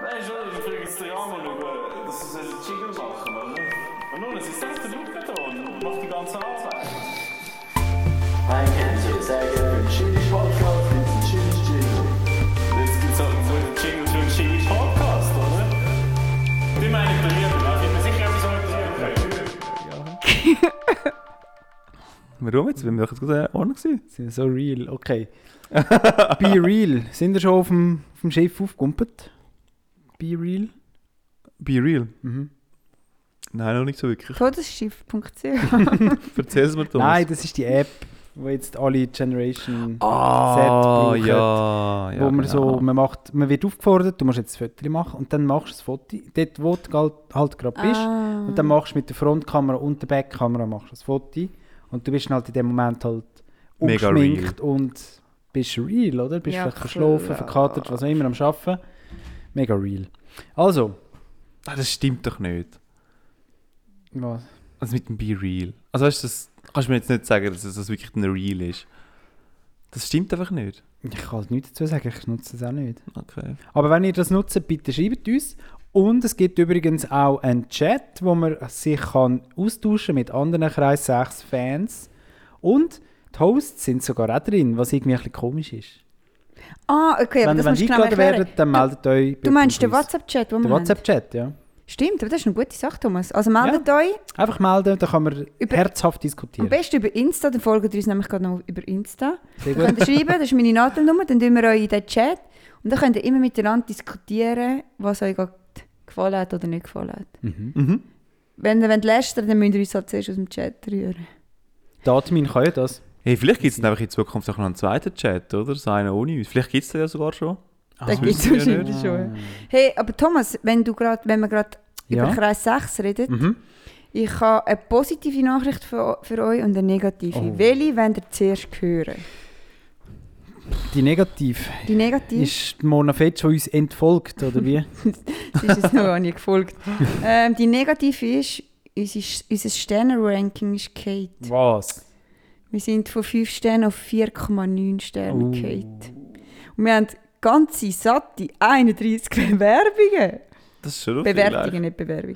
Wij zullen het registreren, aber das ist eine Jingle-Sache. oder? Und nun, es ist selbst der Luftbeton und macht die ganze Arbeit. Ein Kännchen, sehr gerne für den Chili-Podcast mit dem Chili-Chili. Jetzt gibt es halt so einen Jingle für einen Jingle-Podcast, oder? Die meine ich bei mir, da bin mir sicher, etwas anderes können. Warum jetzt? Wir waren jetzt gerade äh, ordentlich. gewesen. Sind so real, okay. Be real. Sind ihr schon auf dem, auf dem Schiff aufgekumpelt? Be real? Be real. Mhm. Nein, noch nicht so wirklich. Todesschiff.ch. Erzähl es mir, Thomas. Nein, das ist die App, wo jetzt alle Generation Ah, Z brauchen, ja, ja. wo man genau. so, man macht, man wird aufgefordert, du musst jetzt ein Foto machen und dann machst du das Foto, dort wo du halt, halt gerade bist Ah. und dann machst du mit der Frontkamera und der Backkamera machst du das Foto und du bist dann halt in dem Moment halt Mega umgeschminkt und bist real, oder? Bist Ja, vielleicht verschlafen, klar. verkatert, was auch immer am Arbeiten. Mega real. Also, Ah, das stimmt doch nicht. was? Also mit dem Be Real. Also weißt du, das kannst du mir jetzt nicht sagen, dass das wirklich ein Real ist. Das stimmt einfach nicht. Ich kann halt nichts dazu sagen, ich nutze es auch nicht. Okay. Aber wenn ihr das nutzt, bitte schreibt uns. Und es gibt übrigens auch einen Chat, wo man sich kann austauschen mit anderen Kreis 6 Fans. Und die Hosts sind sogar auch drin, was irgendwie ein bisschen komisch ist. Ah, okay, aber wenn das wenn musst du genau eingeladen erklären. werdet, dann meldet euch du bitte meinst den uns. WhatsApp-Chat, den Den wir haben? WhatsApp-Chat, ja. Stimmt, aber das ist eine gute Sache, Thomas. Also meldet euch, Einfach melden, dann kann man Über- herzhaft am diskutieren. besten über Insta, dann folgt ihr uns nämlich gerade noch über Insta. Sehr Dann könnt ihr schreiben, das ist meine Nadelnummer, dann tun wir euch in den Chat und dann könnt ihr immer miteinander diskutieren, was euch gerade gefallen hat oder nicht gefallen hat. Mhm. Wenn ihr wollt lästern dann müsst ihr uns halt zuerst aus dem Chat rühren. Die Admin kann ja das. Hey, vielleicht gibt es einfach in Zukunft auch noch einen zweiten Chat, oder? So einen ohne uns. Vielleicht gibt es den ja sogar schon. das gibt es wissen wir ja wahrscheinlich schon. ja. Hey, aber Thomas, wenn, du grad, wenn wir gerade Ja. über Kreis 6 reden, Mhm. ich habe eine positive Nachricht für, für euch und eine negative. Oh. Welche wollt ihr zuerst hören? Die Negativ Die negative? ist die Mona Fetsch, die uns entfolgt, oder wie? Sie ist uns noch nie gefolgt. ähm, die negative ist, unser, unser Sterne-Ranking ist Kate. Was? Wir sind von 5 Sternen auf 4,9 Sterne Oh. Kate. Und wir haben ganze satte 31 Bewerbungen. Das ist schon Bewertungen, nicht Bewerbung.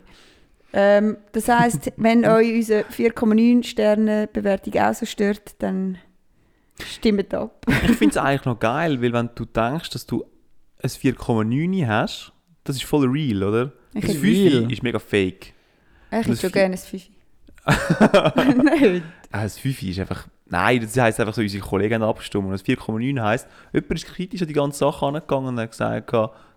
Ähm, das heisst, wenn euch unsere 4,9 Sterne Bewertung auch so stört, dann stimmt ab. Ich finde es eigentlich noch geil, weil wenn du denkst, dass du ein 4,9 hast, das ist voll real, oder? Ich das hätte- 5 ist mega fake. Äh, Ich hätte Das schon ist- gerne ein 5. Nein. Ah, das 5 ist einfach. Nein, das heisst einfach so, unsere Kollegen haben abgestimmt. Und das 4,9 heisst, jemand ist kritisch an die ganze Sache angegangen und hat gesagt,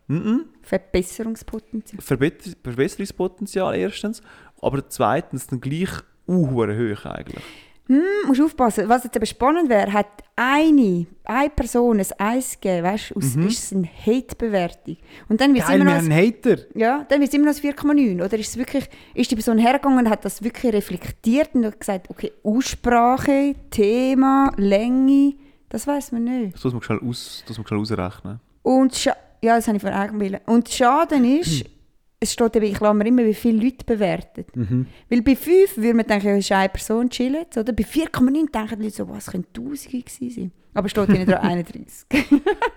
mm Verbesserungspotenzial. Verbesser Verbesserungspotenzial erstens, aber zweitens dann gleich uhuere hoch eigentlich. Du Hm, musst aufpassen. Was jetzt aber spannend wäre, hat eine, eine Person ein Eis gegeben, weißt du, aus- ist es eine Hate-Bewertung. Und dann wird es Mhm. Geil, immer wir noch haben ein, einen Hater. ja, dann wird's immer noch ein 4,9. Oder ist es wirklich, ist die Person hergegangen und hat das wirklich reflektiert und hat gesagt, okay, Aussprache, Thema, Länge, das weiß man nicht. Das muss man schnell, aus, das muss man schnell ausrechnen. Und scha- ja, das habe ich vorhin auch gewählt. Und Schaden ist, es steht eben, ich klammer immer, wie viele Leute bewertet. Mhm. Weil bei 5 würde man denken, es ist eine Person chillen, oder? Bei 4,9 denken die Leute so, was können Tausende gewesen sein? Aber es steht ihnen dran 31.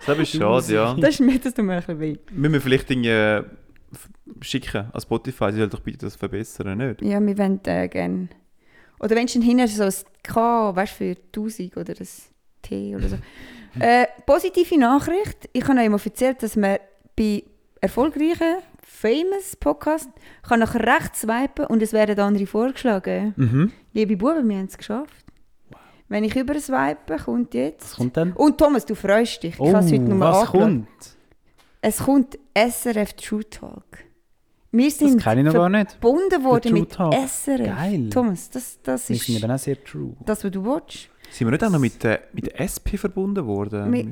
Das ist schade, ja. das ist mir, das tut mir ein bisschen weh. Müssen wir vielleicht Dinge äh, f- schicken an Spotify, sie soll doch bitte das verbessern, nicht? Ja, wir wollen äh, gerne. Oder wenn du hinterher so ein K, weißt du, für 1000 oder ein T oder so. äh, positive Nachricht. Ich habe euch mal erzählt, dass man bei erfolgreichen, famous Podcasts kann nach rechts swipen und es werden andere vorgeschlagen. Mhm. Liebe Buben, wir haben es geschafft. Wenn ich über swipe, kommt jetzt. Was kommt dann? Und Thomas, du freust dich. Ich habe es heute nur mal Oh, was angeschaut. kommt? Es kommt SRF True Talk. Wir Das sind kenne ich noch gar nicht. verbunden worden True mit Talk. SRF. Geil. Thomas, das, das Das ist ist eben auch sehr true. das, was du willst. Sind wir nicht auch noch mit, äh, mit der SP verbunden worden? Mit-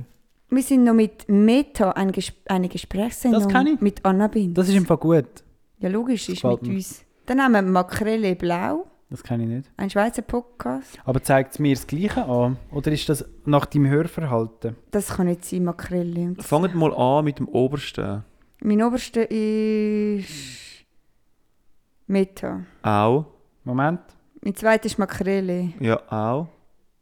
Wir sind noch mit Meta, ein Ges eine Gesprächssendung Das kann ich. mit Anna Bind. Das ist im Fall gut. ja, logisch, ist gefällt mit mir. uns. Dann haben wir Makrele Blau, Das kenne ich nicht. ein Schweizer Podcast. Aber zeigt es mir das Gleiche an? Oder ist das nach deinem Hörverhalten? Das kann nicht sein, Makrele. Und das- Fangen mal an mit dem obersten. Mein oberster ist Meta. Auch. Moment. Mein zweiter ist Makrele. Ja, auch.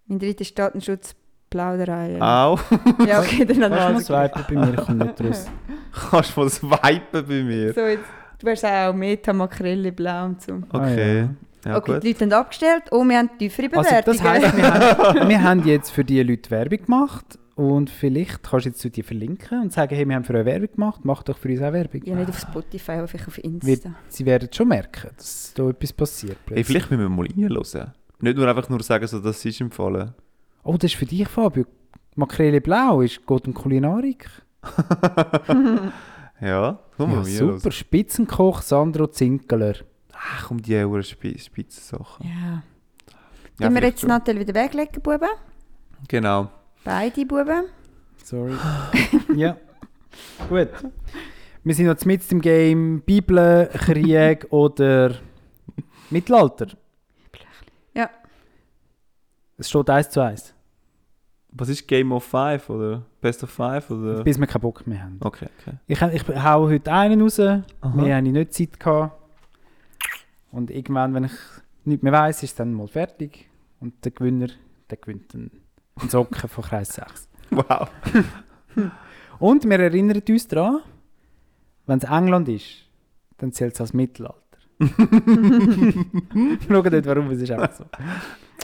Mein dritter ist Datenschutz Plauderei. Auch. Ja, okay, dann hat Kannst Ah. du mal alles gut. swipen bei mir, ich komme nicht raus. Kannst du mal swipen bei mir? So, jetzt, du wärst auch Meta, Makrele, Blau und so. Okay. Ja, Ah, okay, gut. die Leute haben abgestellt und wir haben tiefere Ah, Also Bewertungen. das heisst, wir haben, wir haben jetzt für diese Leute Werbung gemacht und vielleicht kannst du jetzt zu dir verlinken und sagen, hey, wir haben für euch Werbung gemacht, macht doch für uns auch Werbung. ja, nicht auf Spotify, aber vielleicht auf Insta. Wird- Sie werden schon merken, dass da etwas passiert. Hey, vielleicht müssen wir mal reinhören. Nicht nur einfach nur sagen, so, das ist empfohlen. Oh, das ist für dich, Fabio. Makrele Blau ist geht um Kulinarik. Ja, komm mal Ja, reinhören. super. Spitzenkoch Sandro Zinkeler. Ach, um die Euro spitze Sachen. ja. Ja, Können wir vielleicht jetzt schon. Nathalie wieder weglegen, Buben? Genau. Beide Buben. Sorry. ja. Gut. Wir sind noch mit im Game Bibel, Krieg oder Mittelalter. Ja. Es steht eins zu eins, Was ist Game of Five oder Best of Five? Oder? bis wir keinen Bock mehr haben. Okay, okay. Ich, ich hau heute einen raus. Wir Aha. haben nicht Zeit gehabt. Und irgendwann, wenn ich nichts mehr weiss, ist es dann mal fertig. Und der Gewinner, der gewinnt einen, einen Socken von Kreis 6. Wow. Und wir erinnern uns daran, wenn es England ist, dann zählt es als Mittelalter. Wir schauen nicht, warum, es ist einfach so.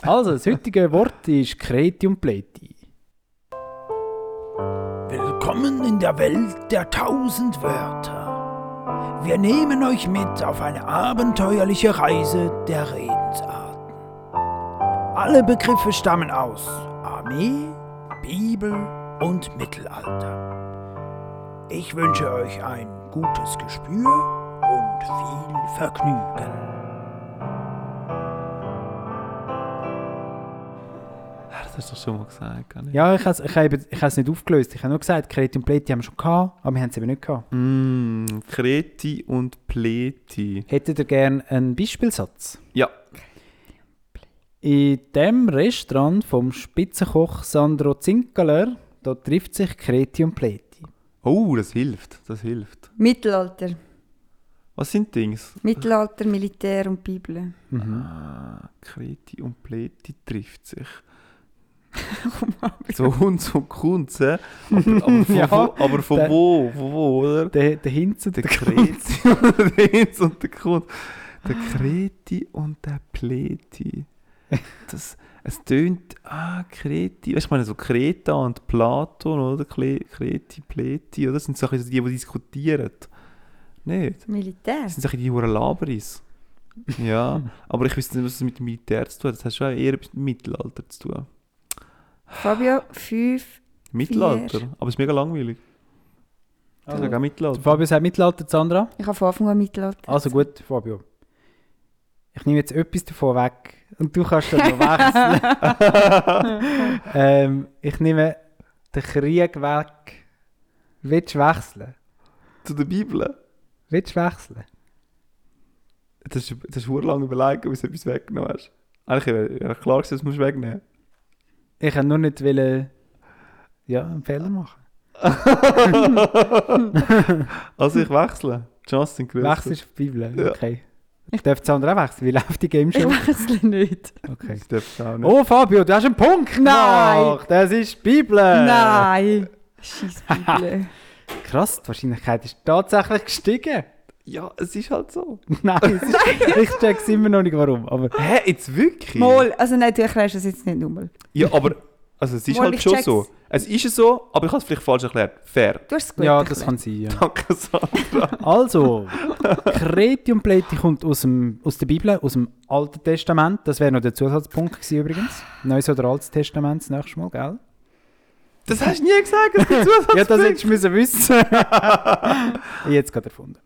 Also, das heutige Wort ist Kreti und Pleti. Willkommen in der Welt der tausend Wörter. Wir nehmen euch mit auf eine abenteuerliche Reise der Redensarten. Alle Begriffe stammen aus Armee, Bibel und Mittelalter. Ich wünsche euch ein gutes Gespür und viel Vergnügen. Ah, Das hast du doch schon mal gesagt, gar nicht? Ja, ich habe ich habe- ich habe es nicht aufgelöst. Ich habe nur gesagt, Kreti und Pleti haben wir schon gehabt, aber wir haben es eben nicht gehabt. Hm. Mm, Kreti und Pleti. Hättet ihr gerne einen Beispielsatz? Ja. In dem Restaurant vom Spitzenkoch Sandro Zinkeler, da trifft sich Kreti und Pleti. Oh, das hilft. Das hilft. Mittelalter. Was sind Dings? Mittelalter, Militär und Bibel. Ah, Kreti und Pleti trifft sich. so Hund so Kunz, hä? Aber, aber von, Ja. wo, aber von Der- wo? Von wo, oder? Der, der Hinz und Der der Kreti und der Hinz und der Kunz. Der Kreti und der Pleti. Das, es tönt, ah, Kreti. Weißt du, ich meine, so Kreta und Platon, oder? Kle, Kreti, Pleti, oder? Das sind so ein bisschen so die, die diskutieren. Nicht? Militär. Das sind so ein bisschen die hohen Laberis. Ja, aber ich wüsste nicht, was es mit dem Militär zu tun hat. Das hat schon eher etwas mit Mittelalter zu tun. Fabio, fünf. Mittelalter? Aber es ist mega langweilig. Ich Oh. sage auch Mittelalter. Fabio sagt Mittelalter, Sandra. Ich habe von Anfang an Mittelalter. Also gut, Fabio. Ich nehme jetzt etwas davon weg und du kannst dann noch wechseln. ähm, ich nehme den Krieg weg. Willst du wechseln? Zu der Bibel. Willst du wechseln? Das ist, das ist verdammt lange überlegt, ob du etwas weggenommen hast. Ah, Eigentlich wäre wäre klar gewesen, dass du es wegnehmen Ich kann nur nicht wollen, ja, einen Fehler machen. Also ich wechsle. Die Chancen sind grösser. Wechselst du die Bibel? Ja. Okay. Ich darf Sandra auch wechseln. Wie läuft die Game ich schon? wechsle nicht. Okay. Ich darf es auch nicht. Oh, Fabio, du hast einen Punkt Nein. gemacht. Das ist die Bibel. Nein. Scheiß Bibel. Krass, die Wahrscheinlichkeit ist tatsächlich gestiegen. Ja, es ist halt so. Nein, es ist, ich check's immer noch nicht, warum. Aber Hä, jetzt wirklich? Mal, also nein, du erklärst das jetzt nicht nochmal. Ja, aber also es ist Mal, halt ich schon check's. so. Es ist so, aber ich habe es vielleicht falsch erklärt. Fair. Du hast es gut ja, das erklärt. kann sein. Ja. Danke, Sandra. Also, Kreti und Pleti kommt aus, dem, aus der Bibel, aus dem Alten Testament. Das wäre noch der Zusatzpunkt gewesen übrigens. Neues oder Altes Testament das nächste Mal, gell? Das hast du nie gesagt. Das ist ein Ja, das Zusatzpunkt. hättest du müssen wissen Jetzt gerade erfunden.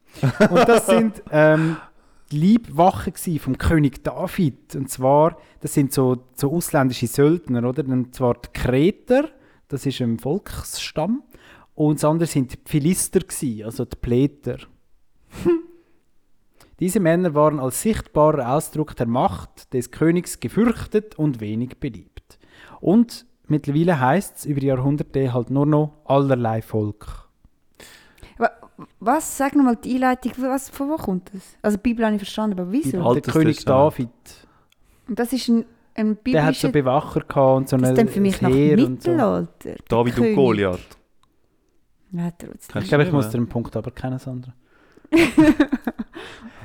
Und das sind ähm, die Leibwachen gsi vom König David. Und zwar, das sind so, so ausländische Söldner, oder? Und zwar die Kreter, das ist ein Volksstamm. Und das andere sind die Philister, gsi, also die Pleter. Diese Männer waren als sichtbarer Ausdruck der Macht des Königs gefürchtet und wenig beliebt. Und mittlerweile heißt es über die Jahrhunderte halt nur noch allerlei Volk. Wa- Was? Sag nochmal die Einleitung. Was, von wo kommt das? Also die Bibel habe ich verstanden, aber wieso? Bibel. Der Altes König Testament. David. Und das ist ein ein Der hat biblischer... so Bewacher gehabt und so das einen klingt für mich nach Heer und so. Mittelalter. David und König. Goliath. Ja, trotzdem. Ich glaube, ich muss dir einen Punkt aber kennen, Sandra.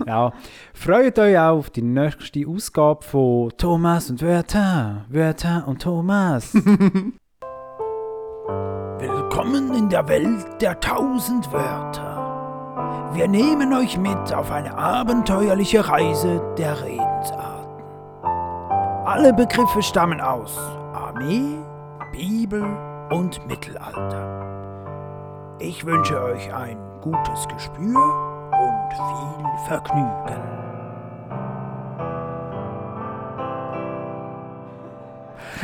ja. Freut euch auch auf die nächste Ausgabe von Thomas und Wörter. Wörter und Thomas. Willkommen in der Welt der tausend Wörter. Wir nehmen euch mit auf eine abenteuerliche Reise der Redensarten. Alle Begriffe stammen aus Armee, Bibel und Mittelalter. Ich wünsche euch ein gutes Gespür und viel Vergnügen.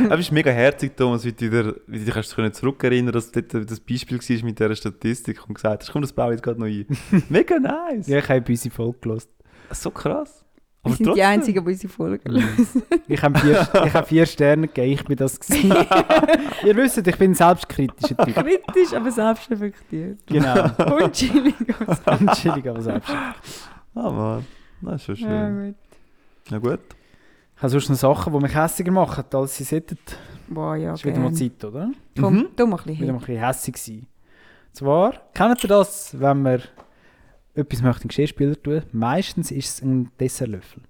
Aber es ist mega herzig, Thomas, wie du dir- wie du dich hast können zurückerinnern dass dort das Beispiel war mit dieser Statistik und gesagt hast, komm, das baue ich jetzt gerade noch ein. Mega nice. ja, ich habe unsere Folge gelesen. So krass. Wir Aber sind die trotzdem. Einzigen, die unsere Folge Mhm. lösen. Ich habe vier, ich habe vier Sterne gegeben, ich bin das gewesen. Ihr wisst, ich bin ein selbstkritischer Typ. Kritisch, aber selbst reflektiert. Genau. Und chillig. Ganz chillig, aber selbst. Ah, Mann. Das ist schon schön. ja, gut. Na gut. Ich habe sonst noch Sachen, die mich hässiger machen, als sie sollten. Boah, ja, Das ist wieder mal gern. Zeit, oder? Komm, Mhm. tu mal ein bisschen wieder hin. mal ein bisschen hässig sein. Zwar, kennt ihr das, wenn man etwas möchte, einen Geschirrspüler tun? Meistens ist es ein Dessertlöffel.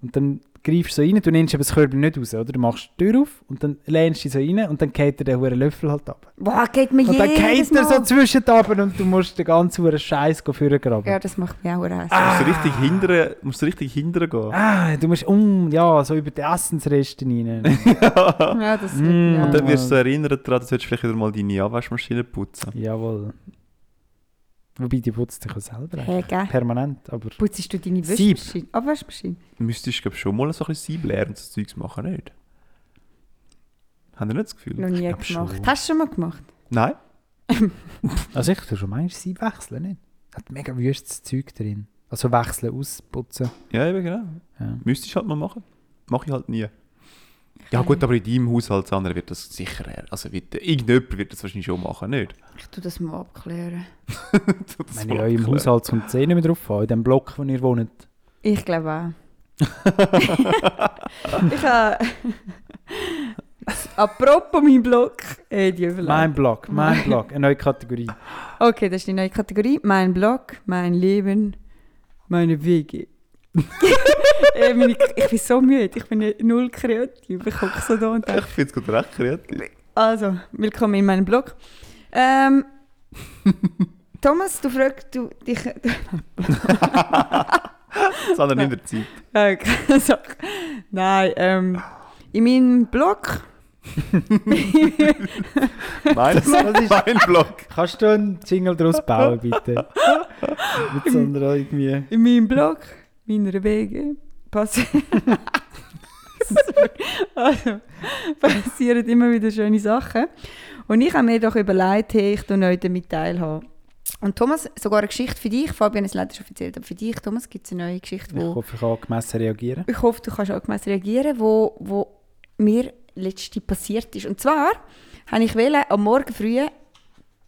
Und dann greifst du so rein, du nimmst aber das Körbchen nicht raus, oder? Du machst die Tür auf und dann lehnst du dich so rein und dann geht dir der hure Löffel halt ab. Boah, geht mir Und dann jedes geht er so Mal. zwischen die Abend und du musst den ganzen huren Scheiß führen graben. Ja, das macht mich auch heiß. Musst du richtig hindern, musst du richtig hindern gehen. Ah, du musst um, ja, so über die Essensreste rein. Ja, das Mm, ja. und Dann wirst du erinnern daran, dass du vielleicht wieder mal deine Anwaschmaschine putzen. Jawohl. Wobei, die putzt dich ja selber Hey, gell? permanent, aber... Putzest du deine Ah, Sieb. Wäschmaschine? Abwaschmaschine? Müsstest du glaub, schon mal so ein bisschen Sieb lernen, so Zeugs machen, nicht? Habt ihr nicht das Gefühl? Noch nie glaub gemacht. schon. Hast du schon mal gemacht? Nein? Also ich tue schon meinst, sie wechseln nicht. Hat mega wüstes Zeug drin. Also wechseln, ausputzen. Ja, eben genau. Ja. Müsstest du halt mal machen. Mache ich halt nie. Ja gut, aber in deinem Haushalt, Sandra, wird das sicher... her- Also wird, irgendjemand wird das wahrscheinlich schon machen, nicht? Ich tue das mal abklären. Das Wenn voll ihr eurem abgeklärt. Haushalt zum Zehn nicht mehr drauf habt, in dem Block, wo ihr wohnt. Ich glaube auch. ich habe... Apropos mein Blog. Ey, die Überleitung. Mein Block, mein Block. Eine neue Kategorie. Okay, das ist die neue Kategorie. Mein Blog, mein Leben, meine Wege. Ey, meine, ich bin so müde, ich bin null kreativ. Ich gucke so da und denke. Ich finde es gerade recht kreativ. Also, willkommen in meinem Blog. Ähm, Thomas, du fragst du dich. Sandra, nimm dir Zeit. Äh, keine Sache. Nein, ähm, in meinem Blog. Mein, mein Blog. Kannst du einen Jingle daraus bauen, bitte? Mit Sandra irgendwie. In meinem Blog, meiner Wege, pass also, passieren immer wieder schöne Sachen. Und ich habe mir doch überlegt, hey, ich tue euch damit teilhaben. Und Thomas, sogar eine Geschichte für dich, Fabian hat es leider schon erzählt, aber für dich, Thomas, gibt es eine neue Geschichte, Ich die hoffe, ich kann angemessen reagieren. ich hoffe, du kannst angemessen reagieren, wo, wo mir letzte passiert ist. Und zwar habe ich wollte am Morgen früh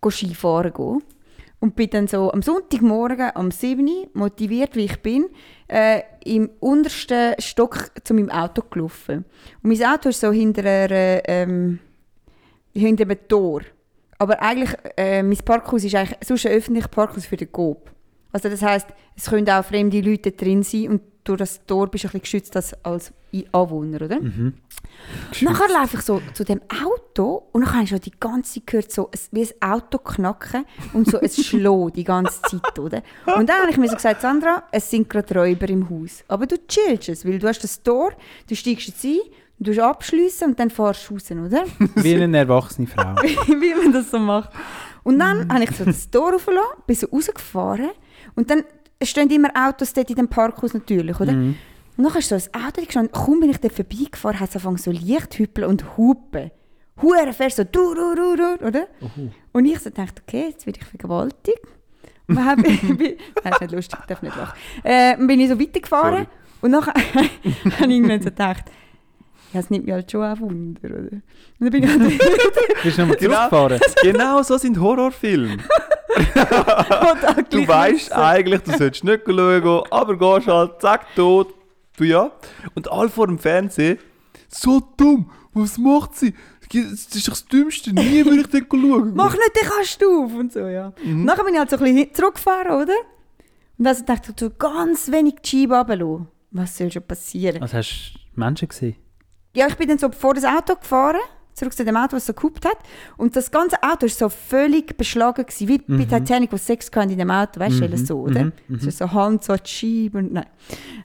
go Skifahren gehen und bin dann so am Sonntagmorgen um 7 Uhr, motiviert wie ich bin, äh, im untersten Stock zu meinem Auto gelaufen. Und mein Auto ist so hinter einer, ähm, hinter einem Tor. Aber eigentlich, äh, mein Parkhaus ist eigentlich sonst ein öffentliches Parkhaus für den GOB. Also das heißt, es können auch fremde Leute drin sein und durch das Tor bist du ein bisschen geschützt als, als I- Anwohner, oder? Nachher laufe ich so zu dem Auto und dann habe ich schon die ganze Zeit gehört, so ein, wie ein Auto knacken und so ein Schloh die ganze Zeit, oder? Und dann habe ich mir so gesagt, Sandra, es sind gerade Räuber im Haus. Aber du chillst es, weil du hast das Tor, du steigst jetzt ein, du abschließen und dann fahrst du raus, oder? Wie eine erwachsene Frau. wie man das so macht. Und dann habe ich so das Tor aufgelassen, bin so rausgefahren und dann stehen immer Autos dort in dem Parkhaus natürlich, oder? Und dann ist so ein Auto gestanden, kaum bin ich dort vorbeigefahren, hat es angefangen so Licht hüppeln und hupen. Huren fährst so du, du, du, du, oder? Und ich so dachte, okay, jetzt werde ich vergewaltigt. Und dann bin, bin, nein, ist nicht lustig, ich darf nicht lachen. Äh, dann bin ich so weitergefahren Sorry. und dann habe ich irgendwann so gedacht, ja, es nimmt mich halt schon auch Wunder, oder? Und dann bin ich halt Bist du nochmal zurückgefahren? Genau so sind Horrorfilme. Du weißt eigentlich, du solltest nicht schauen, aber gehst halt, zack, tot. Du ja. Und alle vor dem Fernsehen So dumm, was macht sie? Das ist doch das Dümmste, nie würde ich dann schauen. Mach nicht den Kasten auf und so, ja. Mhm. Nachher bin ich halt so ein bisschen hin- zurückgefahren, oder? Und dann dachte ich, so ganz wenig die Scheibe runterlassen. Was soll schon passieren? Also hast du Menschen gesehen? Ja, ich bin dann so vor das Auto gefahren, zurück zu dem Auto, das so gehupt hat. Und das ganze Auto war so völlig beschlagen, gewesen, wie bei Titanic, wo sie Sex hatten in dem Auto, weißt du, mhm. so, oder? So, so Hand, so die Scheibe und nein.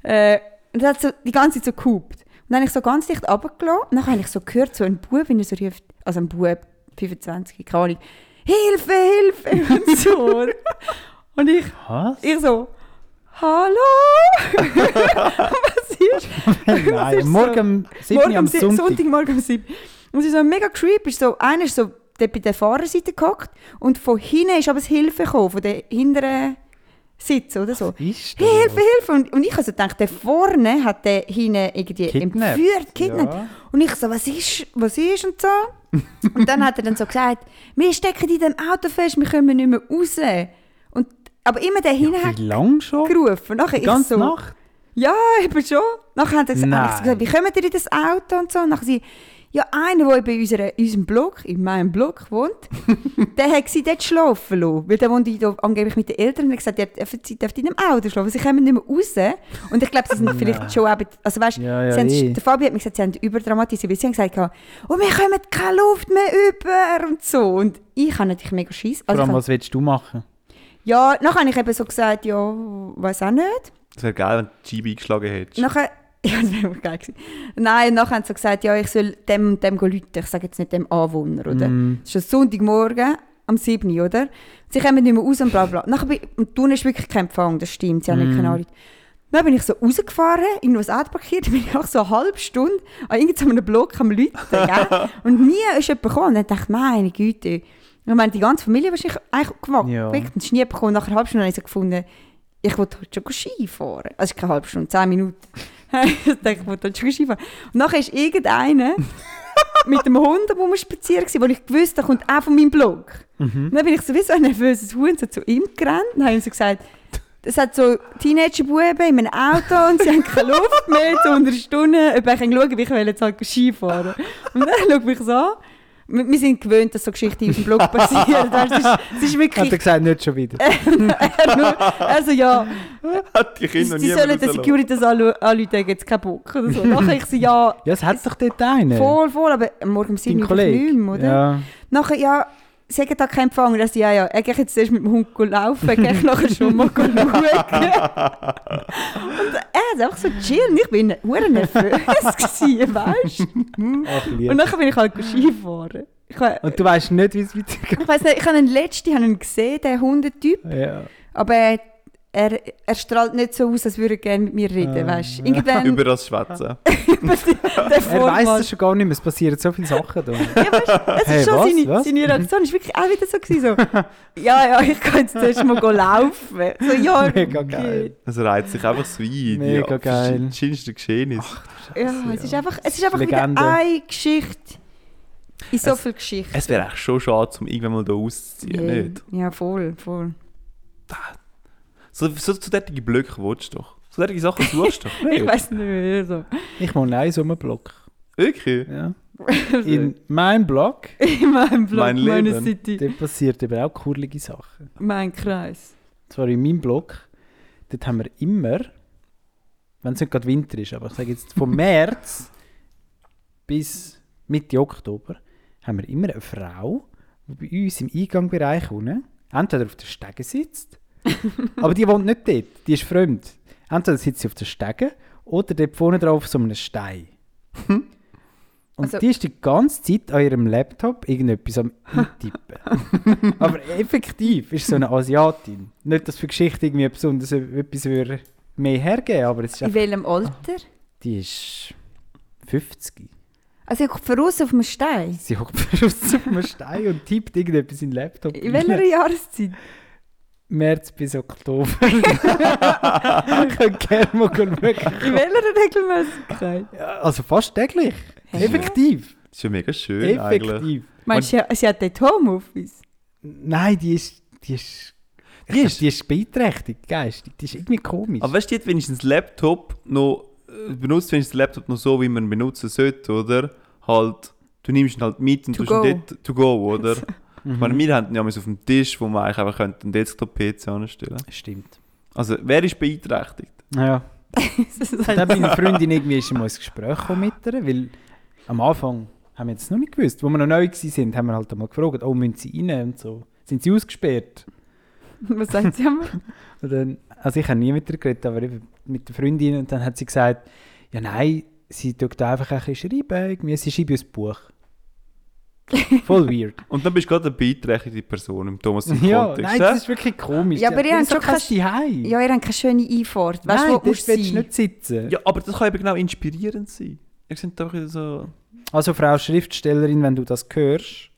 Äh, und das hat so die ganze Zeit so gehupt. Und dann habe ich so ganz dicht runtergelassen und dann habe ich so gehört, so ein Bub, wenn er so ruft, also ein Bub, 25, keine Ahnung, Hilfe, Hilfe und so. und ich, Was? ich so, Hallo? Was ist? Was Nein, ist so? morgen so? Morgen am si- Sonntag. morgen um 7. Und es ist so mega creepy. ist So, einer ist so dort bei der Fahrerseite gehockt und von hinten ist aber das Hilfe gekommen, von der hinteren Sitz oder so. Ist das? Hilfe, Hilfe! Und, und ich habe so gedacht, der vorne hat der hinten irgendwie Kidnappt, entführt, kidnappt. ja. Und ich so, was ist, was ist und so. und dann hat er dann so gesagt, wir stecken in dem Auto fest, wir kommen nicht mehr raus. Und, aber immer der hinten hat Wie lange schon? gerufen. Und Nachher Die ich ganze so, Nacht? ja, eben schon. Nachher haben sie gesagt, Nein. habe ich so gesagt, wie kommen ihr in das Auto und so. Und nachher sie, ja, einer, der bei unserer, unserem Block, in meinem Block wohnt, der hat sie dort schlafen lassen. Weil der wohnt ich da angeblich mit den Eltern und hat gesagt, ihr dürft, sie dürft in einem Auto schlafen. Sie kommen nicht mehr raus. Und ich glaube, sie sind vielleicht schon eben, also weißt, Ja, ja, sie haben, eh. der Fabi hat mir gesagt, sie haben überdramatisiert, weil sie haben gesagt, oh, wir kommen keine Luft mehr über und so. Und ich habe natürlich mega Schiss. Vor Also ich allem, habe, was willst du machen? ja, nachher habe ich eben so gesagt, ja, weiß auch nicht. Das wäre geil, wenn du die Scheibe eingeschlagen hättest. Nachher, ja, das wäre geil gewesen. Nein, nachher haben sie so gesagt, ja, ich soll dem und dem rufen. Ich sage jetzt nicht dem Anwohner, oder? Es ist schon Sonntagmorgen am 7. Uhr, oder? Sie kommen nicht mehr raus und bla bla. Nachher bin, und du ist wirklich kein Empfang, das stimmt, sie haben nicht keine Ahnung. Dann bin ich so rausgefahren, irgendwo ins Auto parkiert, bin ich auch so eine halbe Stunde an irgendeinem Block am Leuten, gell? Und nie ist jemand gekommen. Und dann dachte ich, meine Güte. Ich meine, die ganze Familie war eigentlich- eigentlich geweckt. Ja. Und es ist nie jemand gekommen. Nach einer halben Stunde habe ich so gefunden, ich wollte heute schon Ski fahren. Also es ist keine halbe Stunde, zehn Minuten. ich dachte, ich wollte heute schon Ski fahren. Und nachher ist irgendeiner mit dem Hund wo wir spazieren waren, wo ich gewusst habe, der kommt auch von meinem Blog. Und dann bin ich sowieso ein nervöses Huhn so zu ihm gerannt und habe ihm so gesagt, es hat so Teenager-Buben in einem Auto und sie haben keine Luft mehr zu unter Stunde, ob ich schauen wie ich will jetzt halt Ski fahren Und dann schaut mich so an. Wir wir sind gewöhnt, dass so Geschichten aus dem Blog passieren. Weißt du, Es ist, es ist Hat er wirklich... gesagt, nicht schon wieder. Äh, Also ja, Hat die Kinder sie nie sollen den Securitas anlü- anrufen, jetzt gibt's keinen Bock oder so. Nachher ich so, ja, Ja, es hat doch dort einen. voll, voll, aber morgen um Dein 7 Uhr Kollege. nicht mehr, oder? Ja. Nachher, ja, sie hat da keinen Empfang. Also, ja, ja, er geht jetzt erst mit dem Hund laufen, er geht nachher schon mal schauen. Und äh, er ist einfach so chill und ich bin sehr nervös gewesen, weißt du? Ach, lieb. Und nachher bin ich halt Skifahren. Ich, ha- Und du weißt nicht, wie es weitergeht. ich weiss nicht, ich habe den letzten ich habe ihn gesehen, den Hundetyp, Ja. aber er, er, er strahlt nicht so aus, als würde er gerne mit mir reden, weißt du? Irgendwann Über das Schwätzen. der Ähm. Er weiß Vormann. es schon gar nicht mehr. Es passieren so viele Sachen da. Ja, weißt, du, es Hey, ist schon was? seine, Was? seine Reaktion ist wirklich auch wieder so gewesen, so, ja, ja, ich kann jetzt zuerst mal go laufen. So, ja, Mega okay. geil. Es reizt sich einfach so ein. Mega die geil. verschiedensten Geschehnisse. Ja, es ist einfach, es ist einfach wieder Legende. eine Geschichte in so Es- viel Geschichten. Es wäre echt schon schade, um irgendwann mal da auszuziehen, Ja. nicht? Ja, voll, voll. So, so, so derartige Blöcke willst du doch. So derartige Sachen suchst du doch. Ich nicht? weiß nicht mehr. also. So. Ich wohne einen Sommerblock. Wirklich? Ja. In meinem Block In meinem Blog, Mein meine Leben. City, dort passiert eben auch kurlige Sachen. mein Kreis. Und zwar in meinem Block, dort haben wir immer, wenn es nicht gerade Winter ist, aber ich sage jetzt von März bis Mitte Oktober, haben wir immer eine Frau, die bei uns im Eingangbereich unten entweder auf der Stege sitzt, aber die wohnt nicht dort, die ist fremd. Entweder sitzt sie auf der Stege oder dort vorne drauf auf so einem Stein. Und Also- die ist die ganze Zeit an ihrem Laptop irgendetwas am Eintippen. Aber effektiv ist so eine Asiatin. Nicht, dass für Geschichte irgendwie besonders etwas würde mehr hergeben aber es ist In einfach, welchem Alter? die ist 50. Also ich voraus auf einem Stein. Sie hockt auf einem Stein und tippt irgendetwas in den Laptop. In rein. welcher Jahreszeit? März bis Oktober. Ich kann gerne mal schauen. In welcher Regelmäßigkeit? Ja, Also fast täglich. Effektiv. Das ist ja mega schön eigentlich. Effektiv. Meinst du, sie, sie hat dort Homeoffice? Nein, die ist. Die ist. Die ist, die ist beeinträchtigt, geistig. Die ist irgendwie komisch. Aber weißt du, die hat wenigstens Laptop noch äh, benutzt wenigstens den Laptop noch so, wie man ihn benutzen sollte, oder? Halt, du nimmst ihn halt mit und To tust ihn go. dort to go, oder? Mhm. Ich meine, wir haben ihn ja mal auf dem Tisch, wo man eigentlich einfach könnte einen Desktop-PC anstellen Stimmt. Also, wer ist beeinträchtigt? Naja. Das ist Und dann bei halt- meiner Freundin irgendwie ist mal ins Gespräch gekommen mit ihr, weil am Anfang haben wir jetzt noch nicht gewusst. Wo wir noch neu waren, haben wir halt mal gefragt, oh, müssen sie rein und so. Sind sie ausgesperrt? Was sagt sie immer? Und dann, also ich habe nie mit ihr geredet, aber eben mit der Freundin. Und dann hat sie gesagt, ja nein, sie tut einfach ein bisschen schreiben, irgendwie, sie schreibt ein Buch. Voll weird. Und dann bist du gerade eine beeinträchtigte Person im Thomas im ja, Kontext. nein, hä? das ist wirklich komisch. Ja, aber ihr habt so schon kein kein- Zuhause. Ja, ihr habt keine schöne Einfahrt. Weißt Hm. Nein, du, wo dort musst du willst du sein? nicht sitzen. Ja, aber das kann eben genau inspirierend sein. Ich sind doch so. Also Frau Schriftstellerin, wenn du das hörst,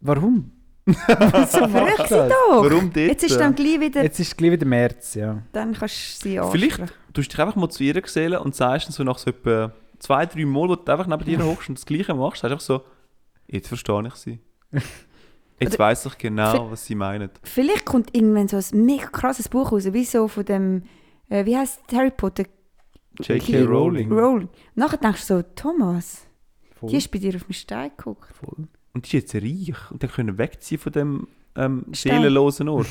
warum? Wieso Frag machst sie du das? doch! Warum dort? Jetzt ist dann gleich wieder, Jetzt ist gleich wieder März, ja. dann kannst du sie ansprechen. Vielleicht tust du dich einfach mal zu ihr gesehen und sagst dann so nach so etwa zwei, drei Mal, wo du einfach neben dir hockst und das Gleiche machst, sagst du einfach so, jetzt verstehe ich sie. Jetzt weiß ich genau, was sie meinen. Vielleicht kommt irgendwann so ein mega krasses Buch raus, wie so von dem, äh, wie heißt Harry Potter? J.K. Rowling. Rowling. Nachher denkst du so, Thomas, Voll. die ist bei dir auf dem Stein geguckt. voll. Und die ist jetzt reich und dann können wir wegziehen von dem ähm, Stein. seelenlosen Ort.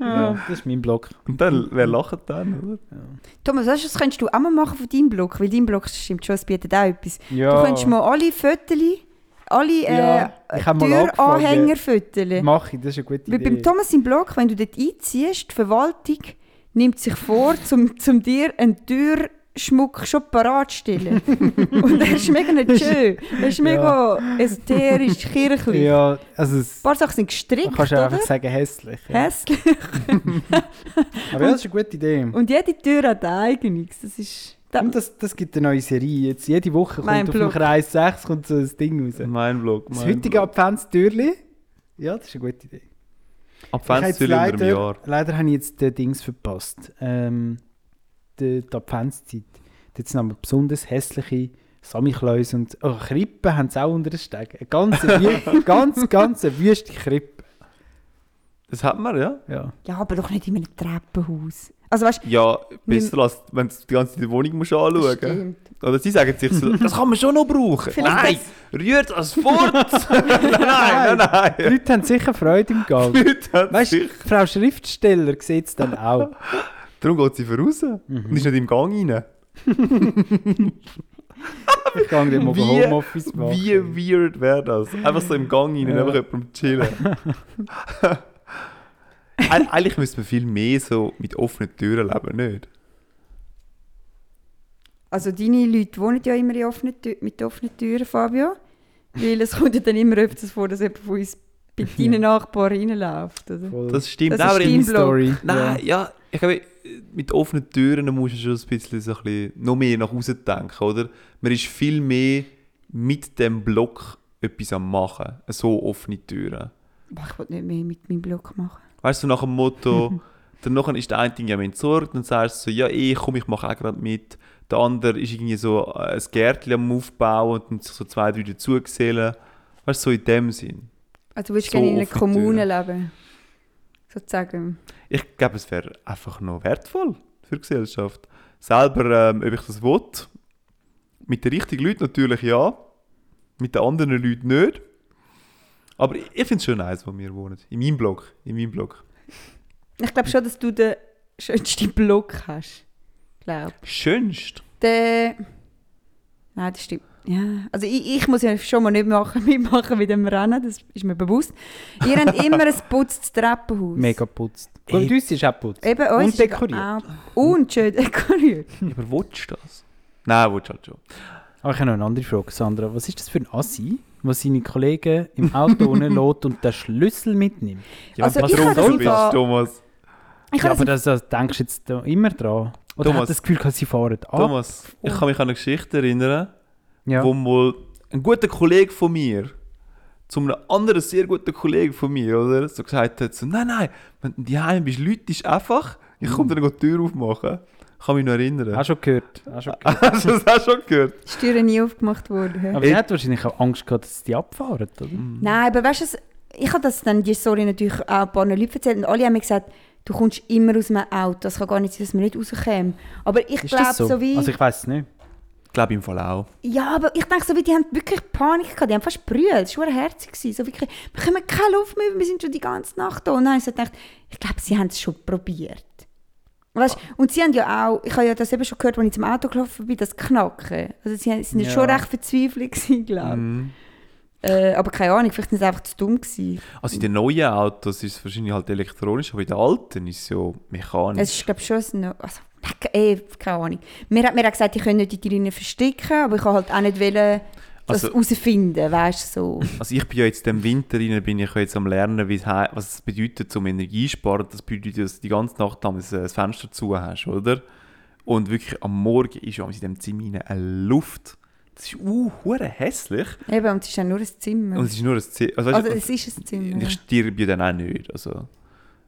Ja, das ist mein Blog. Und dann, wer lacht dann, oder? Thomas, weißt du, das könntest du auch mal machen von deinem Blog, weil dein Blog stimmt schon, es bietet auch etwas. Ja. Du könntest mal alle Fötterchen, alle äh, Ja, ich hab mal angefangen. Türanhänger fötteln. Mache ich, das ist eine gute Weil Idee. beim Thomas im Blog, wenn du dort einziehst, die Verwaltung nimmt sich vor, zum, zum dir einen Türschmuck schon parat zu stellen. Und das ist mega nicht schön. Das ist mega ästherisch, kirchlich. Ja, also es, Ein paar Sachen sind man gestrickt, kannst du einfach oder? sagen, hässlich. Ja. Hässlich. Aber ja, das ist eine gute Idee. Und, Und jede Tür hat eigenes. Das ist... Da, das, das gibt eine neue Serie. Jetzt jede Woche kommt Mein auf dem Blog. Kreis 6 kommt so ein Ding raus. Mein Blog. Das mein heutige Adventstürli. Ja, das ist eine gute Idee. Adventszüge Ich habe unter jetzt dem Jahr. Leider habe ich jetzt den Dings verpasst. Ähm, die, die Adventszeit. Jetzt haben wir besonders hässliche Samichlaus und oh, Krippen haben sie auch unter den Steg. Eine ganz, wü- ganz, ganz eine wüste Krippe. Das hat man, ja. Ja. ja, aber doch nicht in einem Treppenhaus. Also weißt du... Ja, besser als wenn du die ganze Zeit die Wohnung musst anschauen musst. Stimmt. Oder sie sagen sich so, das kann man schon noch brauchen. Vielleicht nein, rührt das fort! nein, nein, Die nein. Leute haben sicher Freude im Gang. Leute haben Weißt du, sich- Frau Schriftsteller sieht es dann auch. Mhm. Darum geht sie voraus und ist nicht im Gang rein. Ich gehe dann mal Wie- Homeoffice machen. Wie weird wäre das? Einfach so im Gang rein, Ja. einfach jemandem chillen. Eig- Eigentlich müsste man viel mehr so mit offenen Türen leben, nicht? Also deine Leute wohnen ja immer in offenen Tü mit offenen Türen, Fabio. Weil es kommt ja dann immer öfters vor, dass jemand von uns bei deinen Nachbarn reinläuft. Oder? Voll. Das stimmt. Das ist aber dein im- Blog. Story. Nein, ja. ich glaube, mit offenen Türen musst du schon ein bisschen, so ein bisschen noch mehr nach außen denken, oder? Man ist viel mehr mit dem Block etwas am machen, so offene Türen. Boah, Ich will nicht mehr mit meinem Blog machen. Weißt du, nach dem Motto, dann nachher ist der eine Ding ja entsorgt, dann sagst du so, ja, eh, komm, ich mache auch gerade mit. Der andere ist irgendwie so äh, ein Gärtchen am Aufbauen und dann sich so zwei, drei dazugesellen. Weißt du, so in dem Sinn. Also du willst So gerne in einer offene Kommune Türen. leben. Sozusagen. Ich glaube, es wäre einfach noch wertvoll für die Gesellschaft. Selber, ähm, ob ich das will. Mit den richtigen Leuten natürlich ja. Mit den anderen Leuten nicht. Aber ich finde es schon nice, wo wir wohnen. In meinem Blog. In meinem Blog. Ich glaube schon, dass du den schönsten Blog hast. Glaub. Schönst. Der. Nein, das stimmt. Ja. Also ich, ich muss ja schon mal nicht machen, mitmachen mit dem Rennen, das ist mir bewusst. Ihr habt immer ein putztes Treppenhaus. Mega putzt. Gut, uns ist auch putzt. Eben, uns Und ist es dekoriert. auch- Und schön dekoriert. Aber willst du das? Nein, willst du halt schon. Aber ich habe noch eine andere Frage, Sandra. Was ist das für ein Assi, der seine Kollegen im Auto lässt und den Schlüssel mitnimmt? Ja, Also was ich du habe das so im bist, Fall- Thomas. Ich ja, habe aber das, das, das denkst du jetzt da immer dran. Oder Thomas. hat das Gefühl, gehabt, sie fahren ab? Thomas, ich kann mich an eine Geschichte erinnern, Ja. wo mal ein guter Kollege von mir zu einem anderen sehr guten Kollegen von mir, oder? So gesagt hat, so, nein, nein, wenn du daheim bist, Leute ist einfach, ich komme dann die Tür aufmachen. Ich kann mich noch erinnern. Hast du schon gehört? Hast du schon gehört. Hast du das auch schon gehört? die Türe nie aufgemacht worden. Ja. Aber er hat wahrscheinlich auch Angst gehabt, dass die abfahren, oder? Mhm. Nein, aber weißt du, es- ich habe das dann die Story natürlich auch ein paar Leuten erzählt und alle haben mir gesagt, Du kommst immer aus einem Auto. Das kann gar nicht sein, dass wir nicht rauskommen. Aber ich glaube, so? wie. Also ich weiß es nicht. Ich glaube im Fall auch. ja, aber ich denke, so wie die haben wirklich Panik gehabt. Die haben fast brüllt. Es war herzig. gewesen. So wirklich, wir können keine Luft mehr, wir sind schon die ganze Nacht da. Und dann habe ich so gedacht, ich glaube, sie haben es schon probiert. Weißt, Ah. und sie haben ja auch, ich habe ja das eben schon gehört, als ich zum Auto gelaufen bin, das Knacken. Also sie sind ja. Ja. schon recht verzweifelt gewesen, glaube ich. Mhm. Äh, aber keine Ahnung, vielleicht sind sie einfach zu dumm gewesen. Also in den neuen Autos ist es wahrscheinlich halt elektronisch, aber in den alten ist es ja mechanisch. Es ist, glaube ich, schon so. Also, weg- eh, keine Ahnung. Mir hat mir auch gesagt, ich könnte nicht in die Linie verstecken, aber ich kann halt auch nicht wollen, das Also- herausfinden, weißt du, so. Also ich bin ja jetzt im Winter rein, bin ich ja jetzt am lernen, wie es hei- was es bedeutet zum Energiesparen. Das bedeutet, dass du die ganze Nacht damals äh, das Fenster zu hast, oder? Und wirklich am Morgen ist ja in diesem Zimmer hinein eine Luft. Das ist uh, hure hässlich. Eben, und es ist ja nur ein Zimmer. Und es ist nur ein Zimmer. Also, weißt, also, du, es ist ein Zimmer. und ich stirb ja dann auch nicht. Also,